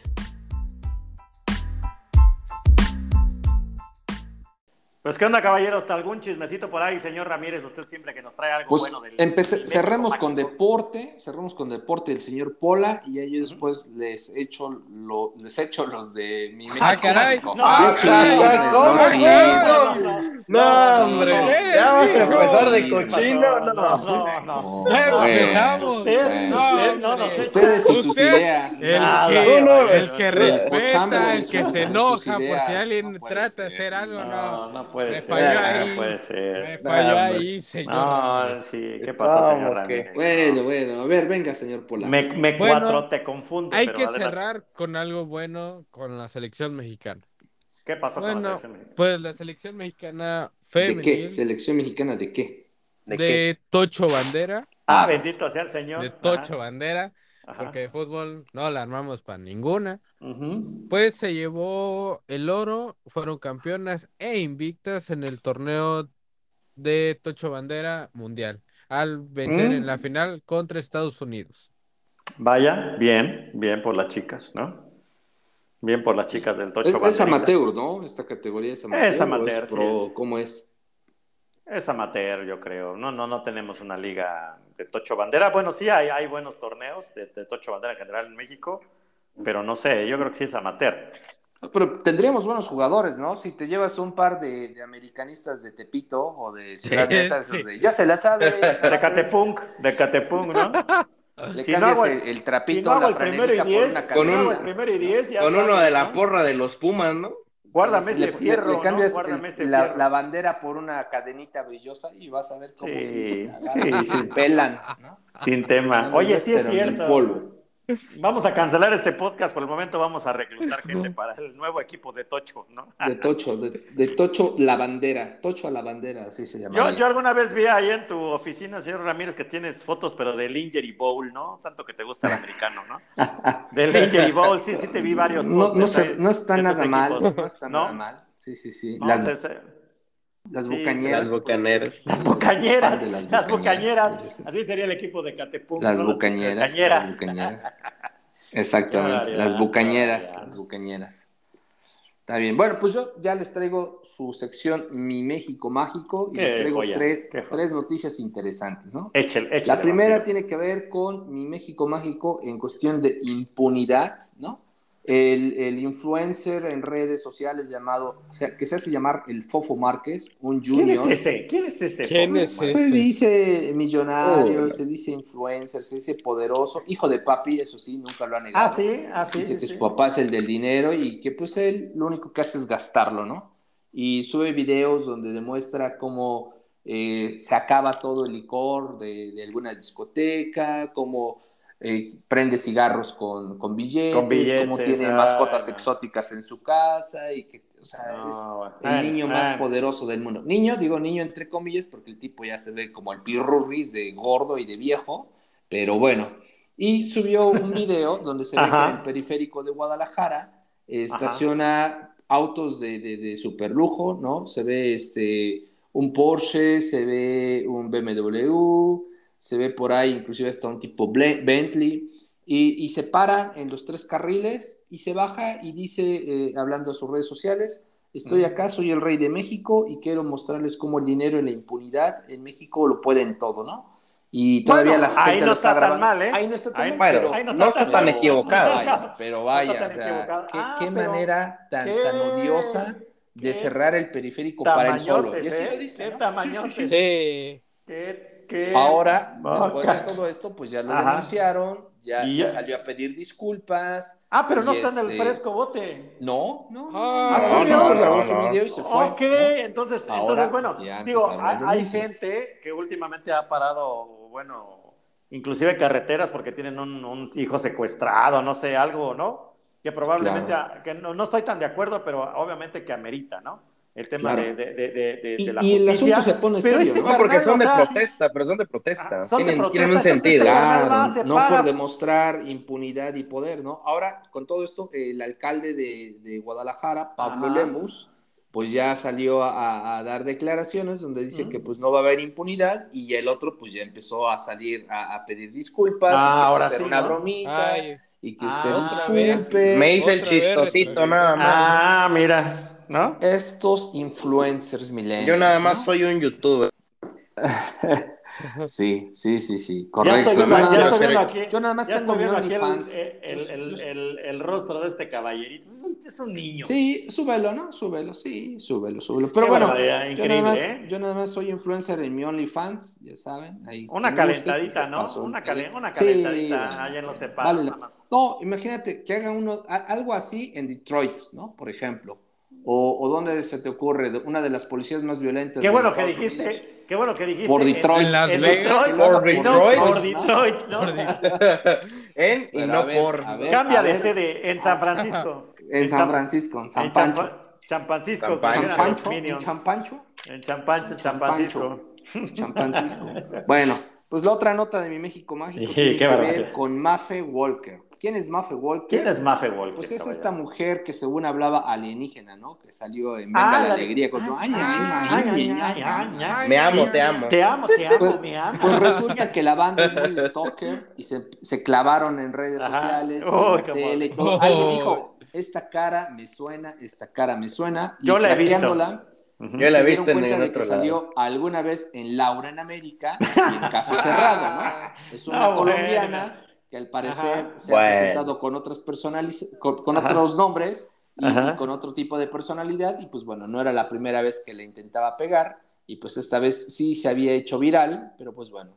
Speaker 1: Pues qué onda caballeros, ¿Está algún chismecito por ahí, señor Ramírez, usted siempre que nos trae algo
Speaker 2: Pues
Speaker 1: bueno del
Speaker 2: empecé-
Speaker 1: del México
Speaker 2: cerremos con
Speaker 1: mágico.
Speaker 2: deporte, cerramos con deporte el señor Pola y ahí yo después les echo lo, les echo los de mi México.
Speaker 4: caray.
Speaker 2: mágico.
Speaker 1: No,
Speaker 2: Ah,
Speaker 1: caray.
Speaker 2: chingones, no,
Speaker 5: ¿Cómo,
Speaker 2: sí.
Speaker 5: cómo?
Speaker 2: No, hombre,
Speaker 4: ya vas a
Speaker 2: empezar de cochino,
Speaker 1: no, no, no.
Speaker 2: No,
Speaker 4: Ya
Speaker 2: güey.
Speaker 4: empezamos.
Speaker 2: Eh,
Speaker 1: Usted,
Speaker 4: No,
Speaker 1: usted no nos
Speaker 4: hombre.
Speaker 1: echa.
Speaker 2: Ustedes y sus
Speaker 4: Usted,
Speaker 2: ideas.
Speaker 4: El
Speaker 1: Nada,
Speaker 4: que,
Speaker 5: no, no,
Speaker 4: el que
Speaker 1: no,
Speaker 4: respeta,
Speaker 2: escuchando
Speaker 4: el que
Speaker 2: eh, sus-
Speaker 4: se
Speaker 2: sus
Speaker 4: enoja por
Speaker 2: ideas,
Speaker 4: si alguien
Speaker 2: no puede
Speaker 4: trata de
Speaker 2: ser.
Speaker 4: hacer algo, no.
Speaker 1: No, no puede
Speaker 4: Me
Speaker 1: ser.
Speaker 4: falló
Speaker 1: No
Speaker 4: ahí.
Speaker 1: puede
Speaker 4: Me
Speaker 1: ser.
Speaker 4: falló
Speaker 5: Nah,
Speaker 4: ahí, señor.
Speaker 1: No,
Speaker 4: Ramírez.
Speaker 1: sí, ¿qué pasó, señor
Speaker 5: Vamos,
Speaker 1: Ramírez?
Speaker 2: Bueno, bueno, a ver, venga, señor Pola.
Speaker 1: Me, me
Speaker 4: Bueno,
Speaker 1: cuatro te confunde.
Speaker 4: Hay
Speaker 1: pero
Speaker 4: que
Speaker 1: adelante.
Speaker 4: cerrar con algo bueno con la selección mexicana.
Speaker 1: ¿Qué pasó con
Speaker 4: Bueno,
Speaker 1: la selección?
Speaker 4: pues la selección mexicana
Speaker 2: ¿De qué?
Speaker 4: femenil de,
Speaker 2: ¿Selección mexicana de qué?
Speaker 5: ¿De qué?
Speaker 4: Tocho Bandera,
Speaker 1: Ah, bendito sea el señor.
Speaker 4: de
Speaker 1: Ajá,
Speaker 4: Tocho Bandera,
Speaker 1: ajá.
Speaker 4: porque de fútbol no la armamos para ninguna.
Speaker 1: Ujú.
Speaker 4: Pues se llevó el oro, fueron campeonas e invictas en el torneo de Tocho Bandera Mundial, al vencer
Speaker 1: Mm.
Speaker 4: en la final contra Estados Unidos.
Speaker 1: Vaya, bien, bien por las chicas, ¿no? Bien por las chicas del Tocho
Speaker 2: Es, es
Speaker 1: Banderita.
Speaker 2: amateur, ¿no? Esta categoría es amateur.
Speaker 1: Es amateur,
Speaker 2: ¿o es
Speaker 1: sí
Speaker 2: pro?
Speaker 1: es.
Speaker 2: ¿Cómo es?
Speaker 1: Es amateur, yo creo. No, no, no tenemos una liga de Tocho Bandera. Bueno, sí hay, hay buenos torneos de, de Tocho Bandera en general en México, pero no sé, yo creo que sí es amateur.
Speaker 2: No, Ah, Pero tendríamos buenos jugadores, ¿no? Si te llevas un par de, de americanistas de Tepito o de ciudad de esas,
Speaker 4: sí.
Speaker 2: de- ya se la sabe.
Speaker 1: De Catepunk, de Catepunk, ¿no?
Speaker 2: Le
Speaker 1: Si no
Speaker 2: cambias
Speaker 1: hago el-
Speaker 2: el, el trapito
Speaker 1: si no
Speaker 2: a
Speaker 1: hago
Speaker 2: la
Speaker 1: el primero y
Speaker 2: franelita
Speaker 1: diez,
Speaker 2: por una
Speaker 1: si no hago el
Speaker 2: camisa.
Speaker 1: primero y diez, ya
Speaker 5: Con uno
Speaker 1: sabes,
Speaker 5: de la
Speaker 1: ¿no?
Speaker 5: porra de los Pumas, ¿no?
Speaker 1: Guárdame
Speaker 2: Le-
Speaker 1: este
Speaker 2: le-
Speaker 1: fierro,
Speaker 2: le
Speaker 1: ¿no?
Speaker 2: cambias
Speaker 1: Guárdame
Speaker 2: el-
Speaker 1: este
Speaker 2: la,
Speaker 1: fierro.
Speaker 2: la bandera por una cadenita brillosa y vas a ver cómo
Speaker 1: Sí,
Speaker 2: se,
Speaker 1: sí,
Speaker 2: agarran,
Speaker 1: sí.
Speaker 2: se pelan. ¿no?
Speaker 1: Sin tema. Ah, Oye, sí es
Speaker 2: Pero en el
Speaker 1: cierto.
Speaker 2: polvo.
Speaker 1: Vamos a cancelar este podcast. Por el momento vamos a reclutar gente para el nuevo equipo de Tocho, ¿no?
Speaker 2: De Tocho, de, de Tocho la bandera. Tocho a la bandera, así se llama.
Speaker 1: Yo, yo alguna vez vi ahí en tu oficina, señor Ramírez, que tienes fotos, pero del Injury Bowl, ¿no? Tanto que te gusta el americano, ¿no? Del Injury Bowl, sí, sí te vi varios.
Speaker 2: No,
Speaker 1: pósters
Speaker 2: no, se-
Speaker 1: ahí
Speaker 2: no está
Speaker 1: de tus
Speaker 2: nada mal.
Speaker 1: equipos.
Speaker 2: No está
Speaker 1: ¿No?
Speaker 2: nada mal. Sí, sí, sí.
Speaker 1: No,
Speaker 2: las,
Speaker 1: se- se-
Speaker 2: las
Speaker 1: sí,
Speaker 2: bucañeras.
Speaker 5: Las bucaneros.
Speaker 1: las bucañeras,
Speaker 2: Fan de
Speaker 1: las,
Speaker 2: las
Speaker 1: bucañeras,
Speaker 2: bucañeras, sí, sí.
Speaker 1: así sería el equipo de Catepum.
Speaker 2: Las
Speaker 1: ¿no?
Speaker 2: bucañeras.
Speaker 1: Las bucañeras.
Speaker 2: Las bucañeras.
Speaker 1: Qué
Speaker 2: Exactamente, las
Speaker 1: barbaridad, qué
Speaker 2: bucañeras,
Speaker 1: barbaridad.
Speaker 2: las bucañeras. Está bien. Bueno, pues yo ya les traigo su sección Mi México Mágico y
Speaker 1: Qué
Speaker 2: les traigo
Speaker 1: joya,
Speaker 2: tres,
Speaker 1: qué joya.
Speaker 2: tres noticias interesantes, ¿no?
Speaker 1: Échale, échale,
Speaker 2: La primera
Speaker 1: vampiro.
Speaker 2: tiene que ver con mi México mágico en cuestión de impunidad, ¿no? El, el influencer en redes sociales llamado, o sea, que se hace llamar el Fofo Márquez, un
Speaker 1: ¿Quién es
Speaker 2: junior.
Speaker 1: ese? ¿Quién es ese?
Speaker 4: ¿Quién
Speaker 1: Pobre
Speaker 4: es
Speaker 1: madre.
Speaker 4: ese?
Speaker 2: Se dice millonario,
Speaker 5: Oh.
Speaker 2: se dice influencer, se dice poderoso, hijo de papi, eso sí, nunca lo han negado.
Speaker 1: Ah, sí, ah, sí.
Speaker 2: Dice
Speaker 1: sí,
Speaker 2: que
Speaker 1: sí.
Speaker 2: su papá es el del dinero y que pues él lo único que hace es gastarlo, ¿no? Y sube videos donde demuestra cómo eh, se acaba todo el licor de, de alguna discoteca, cómo eh, prende cigarros con, con billetes,
Speaker 1: Con billetes,
Speaker 2: cómo tiene
Speaker 1: ah,
Speaker 2: mascotas
Speaker 1: no.
Speaker 2: exóticas en su casa y que, o sea,
Speaker 1: No,
Speaker 2: es
Speaker 1: bueno,
Speaker 2: el niño más
Speaker 1: bueno.
Speaker 2: poderoso del mundo. Niño, digo niño entre comillas, porque el tipo ya se ve como el pirurris de gordo y de viejo, pero bueno. Y subió un video donde se ve
Speaker 1: Ajá.
Speaker 2: que en el periférico de Guadalajara eh,
Speaker 1: Ajá.
Speaker 2: estaciona autos de, de, de superlujo, ¿no? Se ve este, un Porsche, se ve un BMW, se ve por ahí inclusive hasta un tipo Ble- Bentley, y, y se paran en los tres carriles y se baja y dice, eh, hablando a sus redes sociales, estoy acá, soy el rey de México y quiero mostrarles cómo el dinero y la impunidad en México lo pueden todo, ¿no? Y todavía
Speaker 1: Bueno,
Speaker 2: la gente
Speaker 1: ahí no
Speaker 2: lo
Speaker 1: está tan
Speaker 2: grabando.
Speaker 1: mal, ¿eh?
Speaker 2: Ahí no está tan
Speaker 1: Ahí-
Speaker 2: mal,
Speaker 5: Bueno,
Speaker 2: pero-
Speaker 1: Ay, no
Speaker 5: no,
Speaker 1: está
Speaker 5: está
Speaker 1: tan-
Speaker 5: tan
Speaker 2: pero-
Speaker 5: equivocado.
Speaker 2: Vaya, pero
Speaker 1: No
Speaker 2: vaya,
Speaker 1: está tan
Speaker 2: o sea,
Speaker 1: equivocado.
Speaker 2: qué,
Speaker 1: Ah,
Speaker 2: qué
Speaker 1: pero-
Speaker 2: manera tan,
Speaker 1: qué-
Speaker 2: tan odiosa de
Speaker 1: qué
Speaker 2: cerrar el periférico para él solo. Y así
Speaker 1: tamañotes,
Speaker 2: lo
Speaker 1: ¿eh?
Speaker 2: dice,
Speaker 1: Qué
Speaker 2: ¿no?
Speaker 1: tamañotes.
Speaker 2: Sí, sí, sí.
Speaker 4: Sí.
Speaker 1: ¿Qué- qué
Speaker 2: Ahora,
Speaker 1: boca?
Speaker 2: después de todo esto, pues ya lo
Speaker 1: Ajá.
Speaker 2: denunciaron, ya,
Speaker 1: Y
Speaker 2: ya
Speaker 1: ya-
Speaker 2: salió a pedir disculpas.
Speaker 1: Ah, pero no
Speaker 2: Y
Speaker 1: está en el
Speaker 2: este-
Speaker 1: fresco bote.
Speaker 2: No, no,
Speaker 4: Ah,
Speaker 2: no,
Speaker 1: no,
Speaker 2: solo
Speaker 1: no,
Speaker 2: grabó su
Speaker 5: no.
Speaker 2: video y se fue.
Speaker 1: ok,
Speaker 2: ¿no?
Speaker 1: entonces,
Speaker 2: Ahora
Speaker 1: entonces bueno,
Speaker 2: ya
Speaker 1: digo,
Speaker 2: empezaron
Speaker 1: hay,
Speaker 2: las
Speaker 1: hay
Speaker 2: denuncias.
Speaker 1: gente que últimamente ha parado, bueno, inclusive carreteras porque tienen un, un hijo secuestrado, no sé, algo, ¿no? Que probablemente, a- que no, no estoy tan de acuerdo, pero obviamente que amerita, ¿no? El tema
Speaker 2: Claro.
Speaker 1: de, de- de- de- de-
Speaker 2: Y,
Speaker 1: de la
Speaker 2: y el
Speaker 1: justicia.
Speaker 2: asunto se pone
Speaker 1: Pero
Speaker 2: serio,
Speaker 1: este
Speaker 2: ¿no?
Speaker 5: No, porque
Speaker 1: carnal,
Speaker 5: son
Speaker 1: o
Speaker 5: de
Speaker 1: sea,
Speaker 5: protesta, pero son de protesta.
Speaker 1: Ah, son de
Speaker 5: tienen,
Speaker 1: protesta,
Speaker 5: tienen un
Speaker 1: entonces,
Speaker 5: sentido.
Speaker 1: este
Speaker 5: Ah,
Speaker 1: carnal va,
Speaker 2: Claro,
Speaker 1: se
Speaker 2: no
Speaker 1: para.
Speaker 2: por demostrar impunidad y poder, ¿no? Ahora, con todo esto, el alcalde de, de Guadalajara, Pablo
Speaker 1: Ajá.
Speaker 2: Lemus, pues ya salió a, a dar declaraciones donde dice
Speaker 1: Ujú.
Speaker 2: que pues no va a haber impunidad y el otro pues ya empezó a salir a, a pedir disculpas,
Speaker 1: Ah,
Speaker 2: y que, pues,
Speaker 1: ahora
Speaker 2: era
Speaker 1: sí,
Speaker 2: una
Speaker 1: ¿no?
Speaker 2: bromita
Speaker 4: Ay,
Speaker 2: y que
Speaker 1: Ah,
Speaker 2: usted
Speaker 4: otra vez.
Speaker 2: disculpe.
Speaker 5: Me hice el
Speaker 4: Otra vez
Speaker 5: chistosito
Speaker 4: retrocedió.
Speaker 5: nada más.
Speaker 1: Ah, mira, ¿no?
Speaker 2: Estos influencers milenios.
Speaker 5: Yo nada más soy un youtuber.
Speaker 2: Sí, sí, sí, sí,
Speaker 1: Ya
Speaker 2: correcto.
Speaker 1: estoy
Speaker 2: Yo
Speaker 1: viendo,
Speaker 2: nada
Speaker 1: ya
Speaker 2: más-
Speaker 1: estoy viendo
Speaker 5: tengo-
Speaker 1: aquí.
Speaker 2: yo nada más
Speaker 1: Ya
Speaker 2: tengo
Speaker 1: estoy
Speaker 2: mi
Speaker 1: viendo aquí el, eh,
Speaker 2: OnlyFans.
Speaker 1: el- el-
Speaker 2: Yo-
Speaker 1: el- el rostro de este caballerito. Es un, es un niño.
Speaker 2: Sí, súbelo, ¿no? Súbelo, sí, súbelo, súbelo.
Speaker 1: Qué
Speaker 2: Pero bueno,
Speaker 1: barbaridad,
Speaker 2: yo
Speaker 1: increíble,
Speaker 2: nada, más,
Speaker 1: ¿eh?
Speaker 2: yo nada más soy influencer en mi OnlyFans, ya saben. Ahí,
Speaker 1: Una
Speaker 2: quien guste,
Speaker 1: calentadita,
Speaker 2: pues, le
Speaker 1: ¿no?
Speaker 2: paso
Speaker 1: Una,
Speaker 2: un-
Speaker 1: calen- una
Speaker 2: Sí,
Speaker 1: calentadita.
Speaker 2: bueno,
Speaker 1: Ayer lo
Speaker 2: bueno,
Speaker 1: separo,
Speaker 2: vale la-
Speaker 1: nada más.
Speaker 2: No, imagínate que haga uno, a- algo así en Detroit, ¿no? Por ejemplo. O, o donde se te ocurre, de- una de las policías más violentas.
Speaker 1: Qué
Speaker 2: de
Speaker 1: bueno que
Speaker 2: Estados
Speaker 1: dijiste.
Speaker 2: Unidos.
Speaker 1: Qué bueno que dijiste.
Speaker 2: Por Detroit.
Speaker 4: En Las
Speaker 1: En, en
Speaker 4: Vegas.
Speaker 1: Detroit.
Speaker 5: Por
Speaker 1: no,
Speaker 5: Detroit.
Speaker 1: por Detroit, ¿no?
Speaker 4: Por Detroit.
Speaker 5: En y
Speaker 2: Pero
Speaker 5: no
Speaker 2: a ver,
Speaker 5: por.
Speaker 2: a ver,
Speaker 1: Cambia
Speaker 2: Eh, a
Speaker 1: de
Speaker 2: ver,
Speaker 1: sede en San Francisco.
Speaker 2: En San Francisco, en San
Speaker 1: en
Speaker 2: Pancho.
Speaker 1: Champa- Champancisco,
Speaker 5: San
Speaker 1: como
Speaker 5: Pancho.
Speaker 1: eran los
Speaker 2: Champancho, en
Speaker 1: Minions.
Speaker 2: Champancho.
Speaker 1: En Champancho,
Speaker 2: en
Speaker 1: Champancisco.
Speaker 2: Champancisco. Bueno, pues la otra nota de mi México Mágico
Speaker 1: Sí,
Speaker 2: tiene
Speaker 1: qué
Speaker 2: que
Speaker 1: barbaridad.
Speaker 2: ver con Mafe Walker. ¿Quién es Mafe Walker?
Speaker 1: ¿Quién es Maffe Walker?
Speaker 2: Pues es
Speaker 1: caballero?
Speaker 2: esta mujer que según hablaba alienígena, ¿no? Que salió en
Speaker 1: Ah,
Speaker 2: Venga
Speaker 1: la
Speaker 2: la
Speaker 1: de-
Speaker 2: Alegría con... Ay, ay,
Speaker 1: Ay,
Speaker 2: ay,
Speaker 1: ay,
Speaker 2: ay,
Speaker 1: ay, ay, ay.
Speaker 5: Me amo, te amo.
Speaker 1: Te amo, te amo,
Speaker 2: Pues-
Speaker 1: me amo.
Speaker 2: Pues resulta que la banda es muy stalker y se, se clavaron en redes
Speaker 1: Ajá.
Speaker 2: sociales,
Speaker 1: Oh,
Speaker 2: en
Speaker 1: qué Oh.
Speaker 2: la tele y
Speaker 1: mal.
Speaker 2: todo. Alguien dijo, esta cara me suena, esta cara me suena. y
Speaker 1: Yo la he visto.
Speaker 2: traqueándola,
Speaker 1: Ujú.
Speaker 5: Yo la he
Speaker 2: se
Speaker 5: visto
Speaker 2: dieron
Speaker 5: en
Speaker 2: cuenta
Speaker 5: el
Speaker 2: de que
Speaker 5: otro lado.
Speaker 2: salió alguna vez en Laura en América y en Caso Cerrado, ¿no? Es una
Speaker 1: Ah, bueno.
Speaker 2: colombiana que al parecer
Speaker 1: Ajá.
Speaker 2: se ha
Speaker 5: Bueno.
Speaker 2: presentado con otras personaliz- con, con
Speaker 1: Ajá.
Speaker 2: otros nombres y,
Speaker 1: Ajá.
Speaker 2: y con otro tipo de personalidad y pues bueno, no era la primera vez que le intentaba pegar y pues esta vez sí se había hecho viral, pero pues bueno,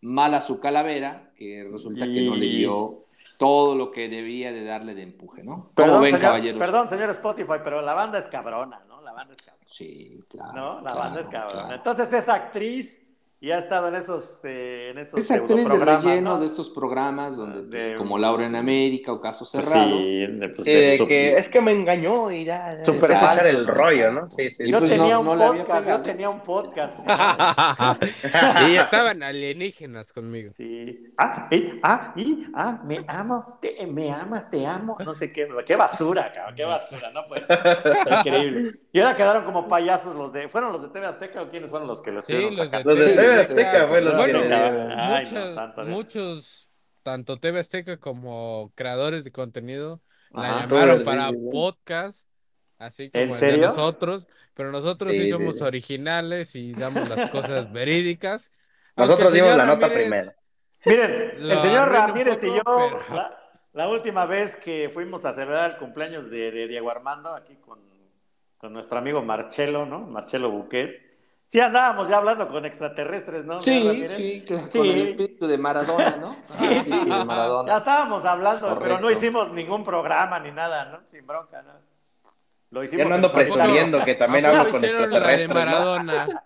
Speaker 2: mala su calavera que resulta que no le
Speaker 1: Y-
Speaker 2: dio todo lo que debía de darle de empuje, ¿no? ¿Cómo
Speaker 1: Perdón,
Speaker 2: ven,
Speaker 1: señor,
Speaker 2: caballeros?
Speaker 1: perdón, señor Spotify, pero la banda es cabrona, ¿no? La banda es cabrona.
Speaker 2: Sí, claro.
Speaker 1: ¿no? La
Speaker 2: Ah, claro,
Speaker 1: banda es cabrona.
Speaker 2: claro.
Speaker 1: Entonces es actriz, Y ha estado en esos, eh, en esos
Speaker 2: Es actriz de
Speaker 1: pseudoprogramas,
Speaker 2: relleno
Speaker 1: ¿no?
Speaker 2: de estos programas donde,
Speaker 1: De-
Speaker 2: pues, como Laura en América o Caso
Speaker 1: Pues
Speaker 2: Cerrado.
Speaker 1: sí, de- pues,
Speaker 5: Sí,
Speaker 1: de
Speaker 2: Eh,
Speaker 5: de
Speaker 1: su-
Speaker 5: que es que me engañó y ya. ya,
Speaker 1: Super
Speaker 5: es
Speaker 1: falso,
Speaker 5: echar el
Speaker 2: ¿no?
Speaker 5: rollo, ¿no? Sí, sí.
Speaker 2: Y
Speaker 1: Yo
Speaker 2: pues no-
Speaker 1: tenía un
Speaker 2: no le había
Speaker 1: podcast, yo
Speaker 2: pegado. ¿eh?
Speaker 1: tenía un podcast.
Speaker 4: y estaban alienígenas conmigo.
Speaker 1: Sí. Ah, eh, ah, y, ah, me amo, te- me amas, te amo. No sé qué, qué basura, cabrón, qué basura, ¿no? Pues, increíble. Y ahora quedaron como payasos los de, ¿fueron los de TV Azteca o quiénes fueron los que los
Speaker 4: Sí,
Speaker 1: estuvieron
Speaker 4: los de
Speaker 1: sacando?
Speaker 5: Los de
Speaker 2: Sí,
Speaker 5: TV
Speaker 2: sí, sí.
Speaker 5: Azteca fue los
Speaker 4: Bueno,
Speaker 5: que-
Speaker 1: cabrón. Ay, no,
Speaker 4: Muchas-
Speaker 1: santo Dios.
Speaker 4: muchos, tanto TV Azteca como creadores de contenido, la
Speaker 1: Ah,
Speaker 2: Ajá.
Speaker 4: llamaron
Speaker 5: todos,
Speaker 4: para
Speaker 5: sí, sí, sí.
Speaker 4: podcast, así como
Speaker 1: ¿En
Speaker 4: el de
Speaker 1: serio?
Speaker 4: nosotros, pero nosotros sí,
Speaker 5: Sí, sí,
Speaker 4: somos
Speaker 5: sí.
Speaker 4: originales y damos las cosas verídicas.
Speaker 5: Nosotros
Speaker 4: Aunque el
Speaker 5: dimos
Speaker 4: señor
Speaker 5: la nota
Speaker 4: Ramírez-
Speaker 5: primero.
Speaker 1: Miren, el
Speaker 4: Lo
Speaker 1: señor
Speaker 4: arruino un
Speaker 1: Ramírez y yo,
Speaker 4: poco, pero-
Speaker 1: la, la última vez que fuimos a celebrar el cumpleaños de, de Diego Armando, aquí con, con nuestro amigo Marcelo, ¿no? Marcelo Buquet. Sí, andábamos ya hablando con extraterrestres, ¿no? señor
Speaker 2: Sí,
Speaker 1: Ramírez?
Speaker 2: sí, claro,
Speaker 1: Sí.
Speaker 2: con el espíritu de Maradona, ¿no?
Speaker 1: Sí,
Speaker 2: Ah, el
Speaker 1: sí,
Speaker 2: espíritu
Speaker 4: sí.
Speaker 2: de
Speaker 1: Ya
Speaker 2: Maradona.
Speaker 1: estábamos hablando, pero no
Speaker 2: Correcto.
Speaker 1: hicimos ningún programa ni nada, ¿no? Sin bronca, ¿no? Lo hicimos.
Speaker 5: Ya no ando
Speaker 1: en San Juan.
Speaker 5: presumiendo que también
Speaker 4: ¿A poco
Speaker 5: hablo con
Speaker 4: hicieron la de
Speaker 5: extraterrestres. ¿no?
Speaker 4: Maradona?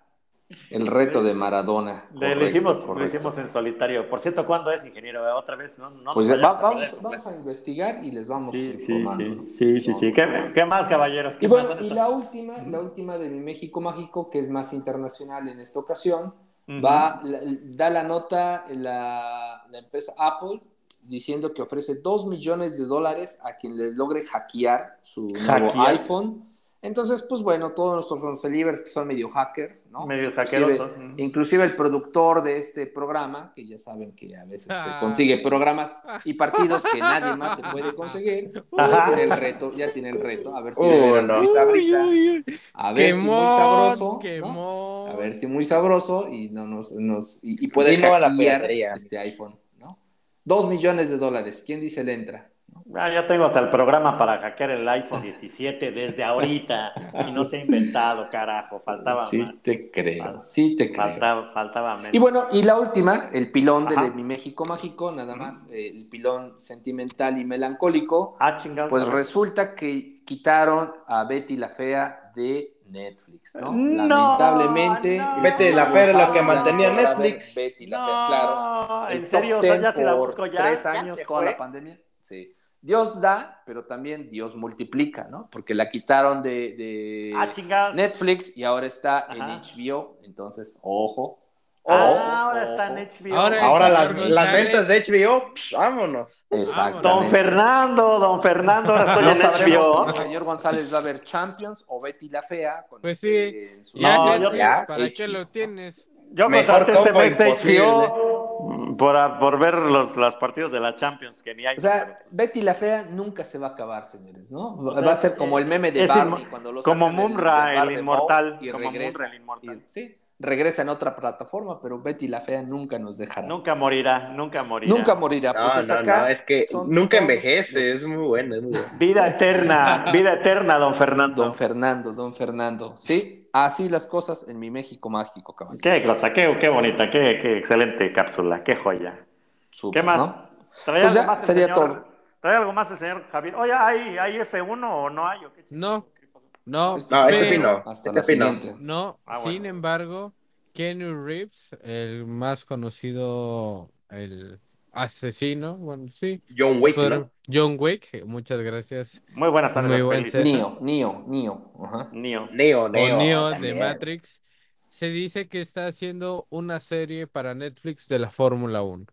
Speaker 2: El reto de Maradona.
Speaker 1: Le-
Speaker 2: Correcto,
Speaker 1: lo, hicimos, lo
Speaker 2: correcto.
Speaker 1: hicimos en solitario. Por cierto, ¿cuándo es, ingeniero? Otra vez, ¿no? no
Speaker 2: Pues
Speaker 1: nos
Speaker 2: va-
Speaker 1: vayamos a
Speaker 2: vamos,
Speaker 1: perder,
Speaker 2: vamos
Speaker 1: pues.
Speaker 2: a investigar y les vamos
Speaker 1: Sí, sí,
Speaker 2: informando.
Speaker 1: sí, sí, sí, sí. ¿Qué, qué más, caballeros? ¿Qué
Speaker 2: Y bueno,
Speaker 1: más?
Speaker 2: y la última, la última de mi México Mágico, que es más internacional en esta ocasión,
Speaker 1: Ujú.
Speaker 2: va, la- da la nota la, la empresa Apple diciendo que ofrece 2 millones de dólares a quien le logre hackear su nuevo
Speaker 1: Hackear.
Speaker 2: iPhone. Entonces, pues bueno, todos nuestros oncelivers que son medio hackers, ¿no?
Speaker 1: Medio
Speaker 2: Inclusive-
Speaker 1: taquerosos.
Speaker 2: Inclusive el productor de este programa, que ya saben que a veces
Speaker 4: Ah.
Speaker 2: se consigue programas y partidos que nadie más se puede conseguir, ya
Speaker 1: Ajá.
Speaker 2: tiene el reto, ya tiene el reto, a ver si
Speaker 5: Uh,
Speaker 2: le dan
Speaker 5: no.
Speaker 2: muy sabritas,
Speaker 4: Uy, uy, uy.
Speaker 2: a ver si muy
Speaker 4: Quemón,
Speaker 2: sabroso, ¿no?
Speaker 4: quemón.
Speaker 2: a ver si muy sabroso y no nos, nos y, y puede
Speaker 5: Y no a la
Speaker 2: hackear
Speaker 5: piratería.
Speaker 2: este iPhone, ¿no? Dos millones de dólares, ¿quién dice le entra?
Speaker 1: Ah, ya tengo hasta el programa para hackear el iPhone 17 desde ahorita. Y no se ha inventado, carajo. Faltaba
Speaker 2: sí
Speaker 1: más.
Speaker 2: te creo,
Speaker 1: Fal-
Speaker 2: sí te creo.
Speaker 1: Faltaba, faltaba menos.
Speaker 2: Y bueno, y la última, el pilón de
Speaker 1: Ajá.
Speaker 2: Mi México Mágico, nada más, eh, el pilón sentimental y melancólico,
Speaker 1: ah, chingado.
Speaker 2: Pues resulta que quitaron a Betty la Fea de Netflix, ¿no?
Speaker 1: No,
Speaker 2: Lamentablemente.
Speaker 1: no.
Speaker 2: el
Speaker 5: Betty la Fea era la que
Speaker 2: responsable
Speaker 5: mantenía
Speaker 2: de no saber
Speaker 5: Netflix.
Speaker 2: Betty la Fea,
Speaker 1: no,
Speaker 2: claro.
Speaker 1: ¿En
Speaker 2: El
Speaker 1: serio?
Speaker 2: top
Speaker 1: O sea,
Speaker 2: ten
Speaker 1: ya se la
Speaker 2: por
Speaker 1: busco ya.
Speaker 2: Tres
Speaker 1: ya
Speaker 2: años
Speaker 1: se
Speaker 2: con
Speaker 1: fue.
Speaker 2: la pandemia. Sí. Dios da, pero también Dios multiplica, ¿no? Porque la quitaron de, de
Speaker 1: Ah, chingados.
Speaker 2: Netflix y ahora está
Speaker 1: Ajá.
Speaker 2: en HBO. Entonces, ojo.
Speaker 1: Ah,
Speaker 2: ojo,
Speaker 1: ahora
Speaker 2: ojo.
Speaker 1: está en HBO.
Speaker 4: Ahora
Speaker 5: Ahora
Speaker 4: Ese
Speaker 5: las,
Speaker 4: González-
Speaker 5: las ventas de HBO, psh, vámonos.
Speaker 2: Exactamente.
Speaker 1: Don Fernando, don Fernando, ahora estoy
Speaker 2: No
Speaker 1: en
Speaker 2: sabremos si
Speaker 1: HBO.
Speaker 2: el señor González va a ver Champions o Betty la Fea. con-
Speaker 4: Pues sí.
Speaker 2: eh, en su-
Speaker 4: Ya,
Speaker 1: No,
Speaker 4: Netflix,
Speaker 1: yo-
Speaker 5: ya,
Speaker 4: ¿para qué
Speaker 2: HBO,
Speaker 4: lo
Speaker 2: ¿no?
Speaker 4: tienes?
Speaker 1: Yo
Speaker 5: Mejor
Speaker 1: contraté este
Speaker 5: combo
Speaker 1: mes
Speaker 5: imposible.
Speaker 1: HBO por, ah, por ver los, los partidos de la Champions, que ni hay.
Speaker 2: O sea, Betty la Fea nunca se va a acabar, señores, ¿no? Va
Speaker 1: sea,
Speaker 2: va a ser como el meme de
Speaker 1: es
Speaker 2: Barney
Speaker 1: inmo-
Speaker 2: cuando lo
Speaker 1: como
Speaker 2: sacan del- del
Speaker 1: Mumra,
Speaker 2: bar
Speaker 1: el
Speaker 2: de
Speaker 1: inmortal.
Speaker 2: Moe y
Speaker 1: Como
Speaker 2: regresa,
Speaker 1: Mumra, el inmortal.
Speaker 2: y- sí, regresa en otra plataforma, pero Betty la Fea nunca nos dejará. Nunca,
Speaker 1: Nunca morirá, nunca morirá.
Speaker 2: morirá.
Speaker 5: No,
Speaker 2: Pues hasta
Speaker 5: no,
Speaker 2: acá
Speaker 5: no, es que
Speaker 2: son
Speaker 5: nunca
Speaker 2: todos
Speaker 5: envejece,
Speaker 2: los-
Speaker 5: es muy bueno, es muy bueno.
Speaker 1: Vida eterna, vida eterna, don Fernando.
Speaker 2: Don Fernando, don Fernando, ¿sí? Así las cosas en mi México mágico, caballero.
Speaker 1: Qué cosa, qué, qué bonita, qué, qué excelente cápsula, qué joya.
Speaker 2: Súper,
Speaker 1: ¿Qué más?
Speaker 2: ¿no?
Speaker 1: ¿Trae
Speaker 2: Pues
Speaker 1: algo
Speaker 2: ya,
Speaker 1: más el
Speaker 2: sería
Speaker 1: señor?
Speaker 2: todo.
Speaker 1: ¿Trae algo más el señor Javier? Oye, ¿hay, hay F1 o no hay? ¿O qué chingados?
Speaker 4: No.
Speaker 1: ¿Qué pasó?
Speaker 4: No,
Speaker 5: No, este
Speaker 4: pero-
Speaker 5: pino.
Speaker 2: Hasta
Speaker 5: Este
Speaker 2: la
Speaker 5: pino.
Speaker 2: siguiente.
Speaker 4: No,
Speaker 1: Ah,
Speaker 4: sin
Speaker 1: bueno.
Speaker 4: embargo, Keanu Reeves, el más conocido, el asesino, bueno, sí.
Speaker 5: John Wick,
Speaker 4: podrá-
Speaker 5: ¿no?
Speaker 4: John Wick, muchas gracias.
Speaker 1: Muy buenas tardes.
Speaker 4: Muy
Speaker 1: las
Speaker 4: buen
Speaker 1: pelis.
Speaker 4: set.
Speaker 2: Neo, Neo, Neo. Ajá.
Speaker 1: Neo.
Speaker 5: Neo,
Speaker 4: O
Speaker 5: Neo.
Speaker 4: Neo de
Speaker 5: también.
Speaker 4: Matrix. Se dice que está haciendo una serie para Netflix de la Fórmula 1.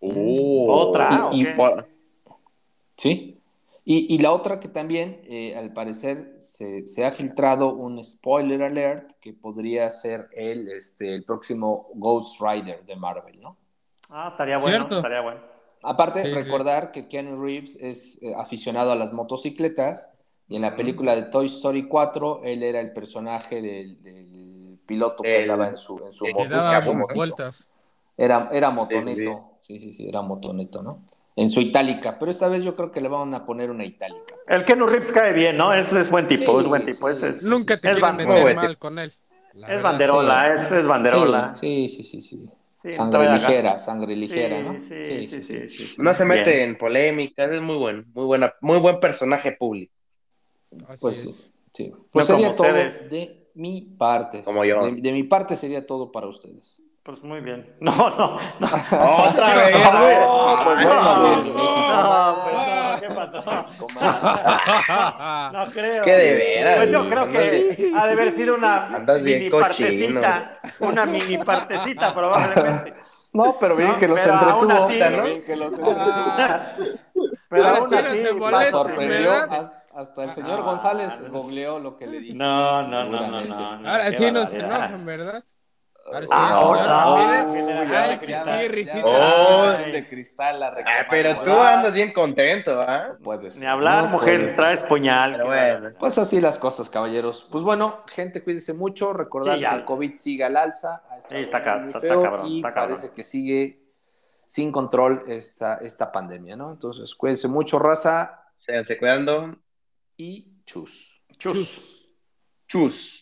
Speaker 5: Uh,
Speaker 4: Ah,
Speaker 1: Otra,
Speaker 5: y-
Speaker 1: ¿o qué?
Speaker 5: y por-
Speaker 2: Sí. Y, y la otra que también, eh, al parecer, se, se ha filtrado un spoiler alert que podría ser el, este, el próximo Ghost Rider de Marvel, ¿no?
Speaker 1: Ah, estaría bueno,
Speaker 4: Cierto.
Speaker 1: estaría bueno.
Speaker 2: Aparte,
Speaker 4: Sí, sí.
Speaker 2: recordar que Keanu Reeves es eh, aficionado a las motocicletas y en la película de Toy Story 4 él era el personaje del, del piloto que
Speaker 5: El-
Speaker 2: andaba en su, en su
Speaker 5: el
Speaker 4: Que
Speaker 5: Como
Speaker 2: moto.
Speaker 4: daba
Speaker 5: nunca,
Speaker 2: en su
Speaker 4: sus
Speaker 5: como
Speaker 2: motito.
Speaker 4: vueltas.
Speaker 2: Era, era
Speaker 5: Sí,
Speaker 2: motoneto. Sí, sí, sí, era motoneto, ¿no? En su itálica, pero esta vez yo creo que le van a poner una itálica.
Speaker 1: El Ken Reeves cae bien, ¿no? Es, es buen tipo,
Speaker 2: Sí,
Speaker 1: es buen tipo.
Speaker 2: sí,
Speaker 1: es, es-
Speaker 2: sí,
Speaker 4: Nunca te
Speaker 1: Es
Speaker 4: quieren
Speaker 1: ban-
Speaker 4: meter
Speaker 5: muy bueno.
Speaker 4: mal con él. la
Speaker 1: es
Speaker 4: verdad.
Speaker 1: banderola,
Speaker 2: sí.
Speaker 1: es, es banderola.
Speaker 2: Sí, sí, sí, sí.
Speaker 1: Sí,
Speaker 2: Sangre
Speaker 1: trae acá.
Speaker 2: ligera, sangre
Speaker 1: Sí,
Speaker 2: ligera, ¿no?
Speaker 1: Sí, sí, sí, sí, sí.
Speaker 5: No se mete
Speaker 1: Bien.
Speaker 5: en polémicas, es muy bueno, muy buena, muy buen personaje público.
Speaker 4: Así
Speaker 2: Pues
Speaker 4: es.
Speaker 2: sí, sí. Pues
Speaker 1: No como
Speaker 2: sería todo
Speaker 1: ustedes.
Speaker 2: de mi parte.
Speaker 5: Como yo.
Speaker 2: De, de mi parte sería todo para ustedes.
Speaker 1: Pues muy bien. No, no, no.
Speaker 5: Otra vez, güey.
Speaker 2: No, pues bueno,
Speaker 1: no,
Speaker 2: güey, México.
Speaker 1: no, pues no, ¿qué pasó? No creo.
Speaker 5: Es que de veras,
Speaker 1: Pues yo
Speaker 5: güey,
Speaker 1: creo que ha de haber sido una
Speaker 5: Andas bien
Speaker 1: mini
Speaker 5: cochino.
Speaker 1: partecita. Una mini partecita, probablemente.
Speaker 2: No, pero bien
Speaker 1: No,
Speaker 2: que los
Speaker 1: pero aún
Speaker 2: entretuvo.
Speaker 1: así- Ah,
Speaker 2: pero bien que los entretuvo.
Speaker 1: Pero
Speaker 2: Ahora
Speaker 1: aún
Speaker 2: sí no
Speaker 1: así.
Speaker 4: se
Speaker 2: La
Speaker 4: molesta,
Speaker 1: pasó.
Speaker 2: sorprendió.
Speaker 4: ¿verdad?
Speaker 2: Hasta, hasta el señor
Speaker 1: Ah,
Speaker 2: González
Speaker 1: no.
Speaker 2: googleó lo que le dije.
Speaker 1: No, no, no, no, no, no.
Speaker 4: Ahora
Speaker 1: qué
Speaker 4: sí nos
Speaker 1: barbaridad.
Speaker 4: enojan, ¿verdad? Ahora sí.
Speaker 1: Ah,
Speaker 4: nos
Speaker 1: ahora,
Speaker 4: enojan.
Speaker 1: ahora.
Speaker 4: Miren,
Speaker 1: generación
Speaker 4: de cristal.
Speaker 2: sí,
Speaker 4: risita.
Speaker 5: Oh.
Speaker 2: de cristal la
Speaker 5: Ah,
Speaker 2: reclama.
Speaker 5: pero tú
Speaker 2: Ah,
Speaker 5: andas bien contento, ¿ah?
Speaker 2: no puedes.
Speaker 1: Ni hablar,
Speaker 2: No
Speaker 1: mujer,
Speaker 2: puedes.
Speaker 1: traes puñal.
Speaker 5: pues. Pero
Speaker 1: qué
Speaker 5: bueno.
Speaker 1: barbaridad.
Speaker 2: Pues así las cosas, caballeros. Pues bueno, gente, cuídense mucho. Recordad
Speaker 1: Sí, ya.
Speaker 2: que el COVID sigue al alza. Ha estado
Speaker 1: Sí, está ca-
Speaker 2: muy
Speaker 1: está-
Speaker 2: feo
Speaker 1: está cabrón,
Speaker 2: Y
Speaker 1: está cabrón.
Speaker 2: parece que sigue sin control esta, esta pandemia, ¿no? Entonces, cuídense mucho, raza.
Speaker 5: Se cuidando.
Speaker 2: Y chus.
Speaker 1: Chus.
Speaker 5: Chus.